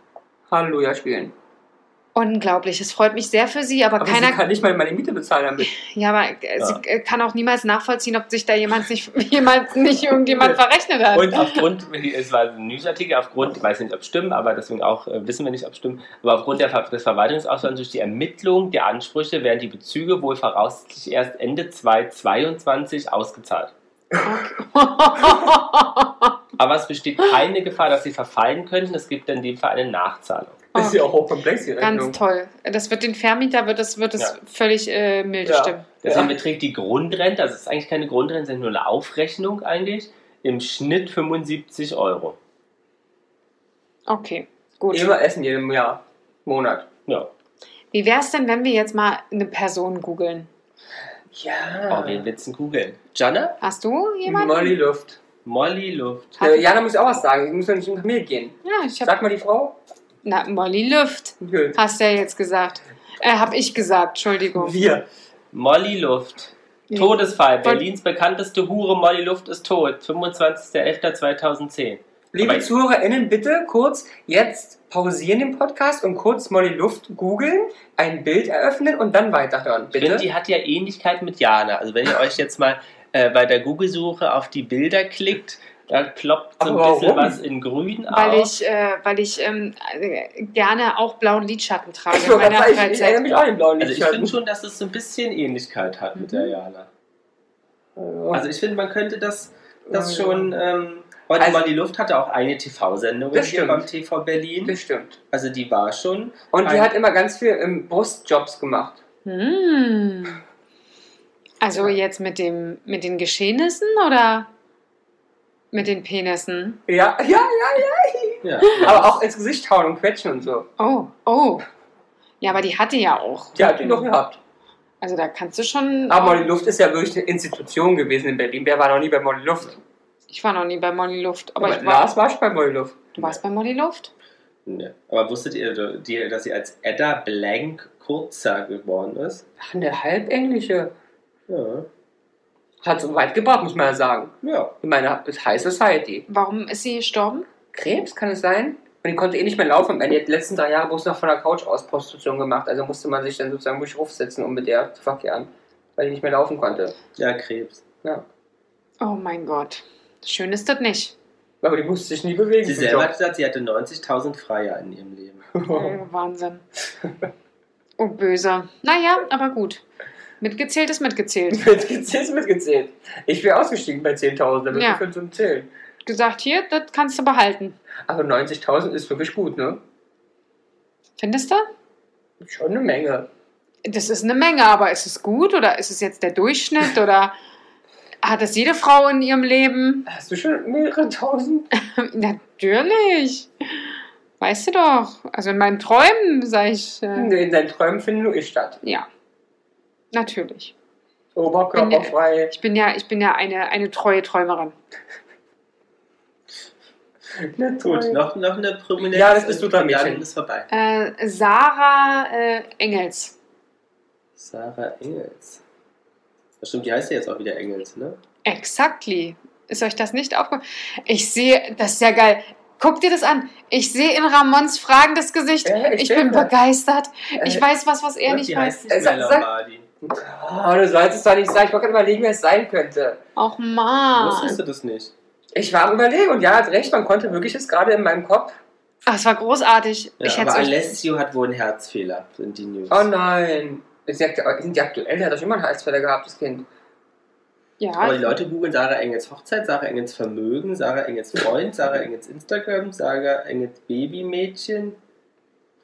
Halleluja spielen. Unglaublich. Es freut mich sehr für sie, aber, Aber keiner. sie kann nicht mal meine Miete bezahlen damit. ja, aber äh, sie äh, kann auch niemals nachvollziehen, ob sich da jemand nicht, jemand, nicht irgendjemand verrechnet hat. Und aufgrund, es war ein Newsartikel, aufgrund, ich weiß nicht, ob es stimmt, aber deswegen auch äh, wissen wir nicht, ob es stimmt, aber aufgrund der, Ver- des Verwaltungsaufwands durch die Ermittlung der Ansprüche werden die Bezüge wohl voraussichtlich erst Ende 2022 ausgezahlt. Aber es besteht keine Gefahr, dass sie verfallen könnten. Es gibt in dem Fall eine Nachzahlung. Das ist ja auch hochkomplex, die Rechnung. Ganz toll. Das wird den Vermieter wird das, wird das Ja. völlig äh, milde Ja. stimmen. Deswegen Ja. beträgt die Grundrente, also es ist eigentlich keine Grundrente, sondern nur eine Aufrechnung eigentlich, im Schnitt 75 Euro. Okay, gut. Immer essen jedem Jahr. Monat. Ja. Wie wäre es denn, wenn wir jetzt mal eine Person googeln? Ja. Ah. Oh, wen willst du googeln? Jana? Hast du jemanden? Molly Luft. Molly Luft. Hat- Äh, Jana muss auch was sagen. Ich muss ja nicht nach mir gehen. Ja, ich habe. Sag mal die Frau. Na, Molly Lüft, Gut. hast du ja jetzt gesagt. Äh, hab ich gesagt, Entschuldigung. Wir. Molly Luft. Nee. Todesfall. Voll- Berlins bekannteste Hure Molly Luft ist tot. 25.11.2010. Liebe Aber- ZuhörerInnen, bitte kurz jetzt pausieren den Podcast und kurz Molly Luft googeln, ein Bild eröffnen und dann weiterhören. Ich finde, Bitte. die hat ja Ähnlichkeit mit Jana. Also wenn ihr euch jetzt mal äh, bei der Google-Suche auf die Bilder klickt, da ploppt so ein Aber bisschen warum? was in grün Weil auf. ich, äh, weil ich ähm, äh, gerne auch blauen Lidschatten trage Ich, in meiner ich, ich erinnere Freizeit. mich auch an den blauen also ich Lidschatten. finde schon, dass es so ein bisschen Ähnlichkeit hat mit der Mhm. Jana. Oh, Also ich finde, man könnte das, das Ja. schon. Ähm, heute Also- mal die Luft hatte auch eine TV-Sendung Das hier stimmt. beim TV Berlin. das stimmt. Also die war schon. Und die Ein- hat immer ganz viel ähm, Brustjobs gemacht. Hm. Also jetzt mit, dem, mit den Geschehnissen oder mit den Penissen? Ja, ja, ja, ja. Ja. Aber auch ins Gesicht hauen und quetschen und so. Oh, oh. Ja, aber die hatte ja auch. Die hat die noch gehabt. Also da kannst du schon. Aber Molly Luft ist ja wirklich eine Institution gewesen in Berlin. Wer war noch nie bei Molly Luft? Ich war noch nie bei Molly Luft, aber, ich war. Lars war schon bei Molly Luft. Du warst bei Molly Luft? Ne. Aber wusstet ihr, die, dass sie als Edda Blank Kurzer geboren ist? Ach, eine halbenglische. Ja. Hat so weit gebracht, muss man ja sagen. Ja. Ich meine, das ist High Society. Warum ist sie gestorben? Krebs kann es sein? Und die konnte eh nicht mehr laufen. am Ende. Die hat die letzten drei Jahre bloß noch von der Couch aus Prostitution gemacht. Also musste man sich dann sozusagen durch Ruf setzen, um mit der zu verkehren. Weil die nicht mehr laufen konnte. Ja, Krebs. Ja. Oh mein Gott. Schön ist das nicht. Aber die musste sich nie bewegen. Sie zum selber hat Job. gesagt, sie hatte 90.000 Freier in ihrem Leben. Äh, Wahnsinn. Oh, böse. Naja, aber gut. Mitgezählt ist mitgezählt. Mitgezählt, ist mitgezählt. Ich wäre ausgestiegen bei 10.000, damit Ja. ja. wir zum Zählen. Gesagt, hier, das kannst du behalten. Aber 90.000 ist wirklich gut, ne? Findest du? Schon eine Menge. Das ist eine Menge, aber ist es gut oder ist es jetzt der Durchschnitt oder hat das jede Frau in ihrem Leben? Hast du schon mehrere Tausend? Äh. Natürlich. Weißt du doch. Also in meinen Träumen sage ich. Äh, Nee, in deinen Träumen finde nur ich statt. Ja. Natürlich. Oberkörperfrei. Ich bin ja, ich bin ja eine, eine treue Träumerin. Gut, ne? noch, noch eine prominente. Ja, das bist du dran, und Dann Mädchen. ist vorbei. Äh, Sarah äh, Engels. Sarah Engels. Das stimmt, die heißt ja jetzt auch wieder Engels, ne? Exactly. Ist euch das nicht aufgefallen? Ich sehe, das ist ja geil. Guck dir das an. Ich sehe in Ramons fragendes Gesicht. Äh, ich ich bin denk mal. begeistert. Ich Äh, weiß was, was er Und nicht die weiß. heißt nicht Sag- Mella sag- Bardi. Oh, du sollst es doch nicht sagen. Ich wollte gerade überlegen, wer es sein könnte. Auch Wusstest mal. du das nicht? Ich war am Überlegen und ja, hat recht. Man konnte wirklich jetzt gerade in meinem Kopf. Das war großartig. Ja, ich hätte aber euch- Alessio hat wohl einen Herzfehler, sind die News. Oh nein. Ist die aktu- Sind die aktuell? Der hat doch immer einen Halsfäller gehabt, das Kind. Aber Ja, die Leute googeln Sarah Engels Hochzeit, Sarah Engels Vermögen, Sarah Engels Freund, Sarah Engels Instagram, Sarah Engels Babymädchen.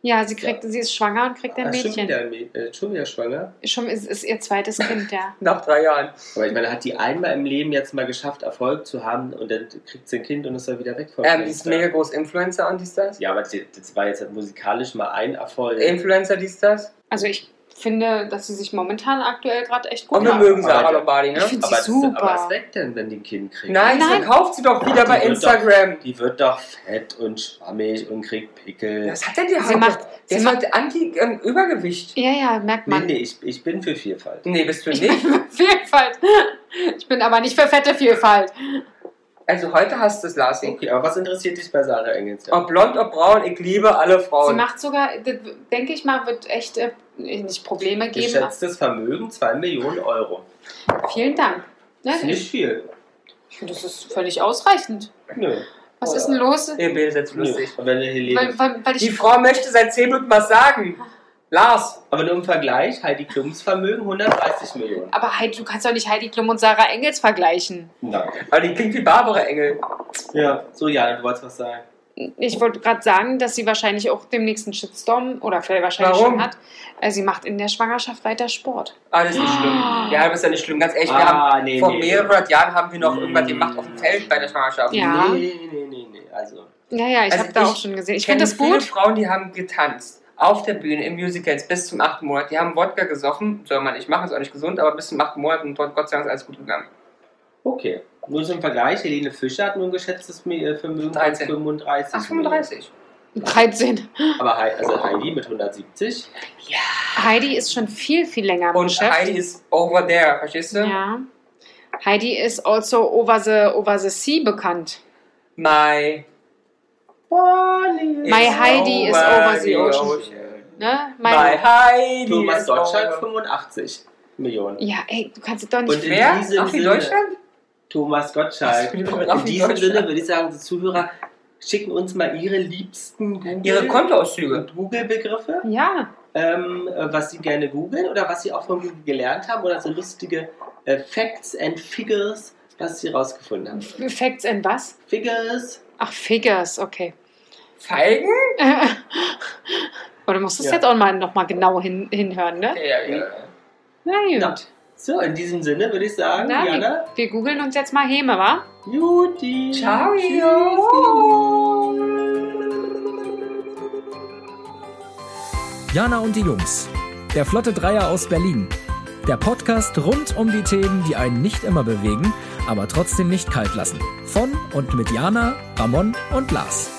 ja, sie kriegt, sie ist schwanger und kriegt ein Ah, schon, Mädchen. wieder, ein Mäd- äh, schon wieder schwanger. Schon ist, ist ihr zweites Kind, ja. Nach drei Jahren. Aber ich meine, hat die einmal im Leben jetzt mal geschafft, Erfolg zu haben und dann kriegt sie ein Kind und ist dann wieder weg vom Ähm, die ist Fenster. mega groß Influencer und dies, das. Ja, aber die- das war jetzt musikalisch mal ein Erfolg. Influencer, dies, das. Also ich finde, dass sie sich momentan aktuell gerade echt gut Und wir macht. mögen Sarah Aber- Lombardi, Ich ne? finde sie Aber, super. aber was weg denn, wenn die ein Kind kriegt? Nein, Nein. sie kauft sie doch wieder Die bei wird Instagram. Die wird doch fett und schwammig und kriegt Pickel. Was hat denn die Sie Haut? macht- Der sie ist halt Anti-Übergewicht. ja, ja, merkt nee, man. nee, ich, ich bin für Vielfalt. Nee, bist du Ich nicht. bin für Vielfalt. Ich bin aber nicht für fette Vielfalt. Also heute hast du es, Larsi. Okay, aber was interessiert dich bei Sarah Engels? Ob blond, ob braun, ich liebe alle Sie Frauen. macht sogar, das, denke ich mal, wird echt äh, nicht Probleme geben. Geschätztes Vermögen 2 Millionen Euro. Vielen Dank. Ne? Das ist nicht viel. Das ist völlig ausreichend. Nö. Was ist denn los? Ihr Bild ist jetzt Nö. lustig. Wenn du hier Weil, lebst. weil, weil Die ich, Frau möchte seit 10 Minuten was sagen. Lars, Aber nur im Vergleich, Heidi Klums Vermögen 130 Millionen. aber Heidi, du kannst doch nicht Heidi Klum und Sarah Engels vergleichen. Nein. aber die klingt wie Barbara Engel. Ja, so Jana, du wolltest was sagen. Ich wollte gerade sagen, dass sie wahrscheinlich auch demnächst einen Shitstorm oder vielleicht wahrscheinlich Warum? schon hat. Äh, Sie macht in der Schwangerschaft weiter Sport. Ah, das ist nicht schlimm. Ja, das ist ja nicht schlimm. Ganz ehrlich, wir haben ah, nee, vor nee. mehreren hundert Jahren haben wir noch irgendwas Mm. gemacht auf dem Feld bei der Schwangerschaft. Ja. Nee, nee, nee, nee. Also, Ja, ja, ich Also habe da ich auch schon gesehen. Ich kenne finde das Viele gut. Frauen, die haben getanzt. Auf der Bühne, in Musicals, bis zum achten Monat. Die haben Wodka gesoffen, soll man nicht machen, ist auch nicht gesund, aber bis zum achten Monat und dort Gott sei Dank ist alles gut gegangen. okay. Nur zum Vergleich, Helene Fischer hat nur ein geschätztes Mi- äh, Vermögen von 13. 35. Ach, 35. 13. Aber Hei- also Heidi mit 170. Heidi ist schon viel, viel länger im Und Geschäft. Heidi ist over there, verstehst du? Ja. Heidi ist also over the, over the sea bekannt. My, My Heidi is over the ocean. Ne? My, Mein- Heidi Thomas is Gottschalk over- 85 Millionen. Ja, ey, du kannst es doch Und nicht. in Wer? diesem Ach, die Sinne- Deutschland? Thomas Was Gottschalk. bin ich mit In Raffi diesem Deutschland? Sinne würde ich sagen, die Zuhörer schicken uns mal ihre liebsten Google- Ihre Kontoauszüge. und Google-Begriffe, Ja, ähm, äh, was sie gerne googeln oder was sie auch von Google gelernt haben oder so lustige äh, Facts and Figures, was sie rausgefunden haben. Facts and was? Figures. Ach, Figures, okay. Feigen? Aber du musst es Ja. jetzt auch mal nochmal genau hin, hinhören, ne? Ja, ja. Na gut. Ja. ne? So, in diesem Sinne würde ich sagen, Na, Jana, wir, wir googeln uns jetzt mal Heme, wa? Juti. Ciao. Jana und die Jungs. Der Flotte Dreier aus Berlin. Der Podcast rund um die Themen, die einen nicht immer bewegen, aber trotzdem nicht kalt lassen. Von und mit Jana, Ramon und Lars.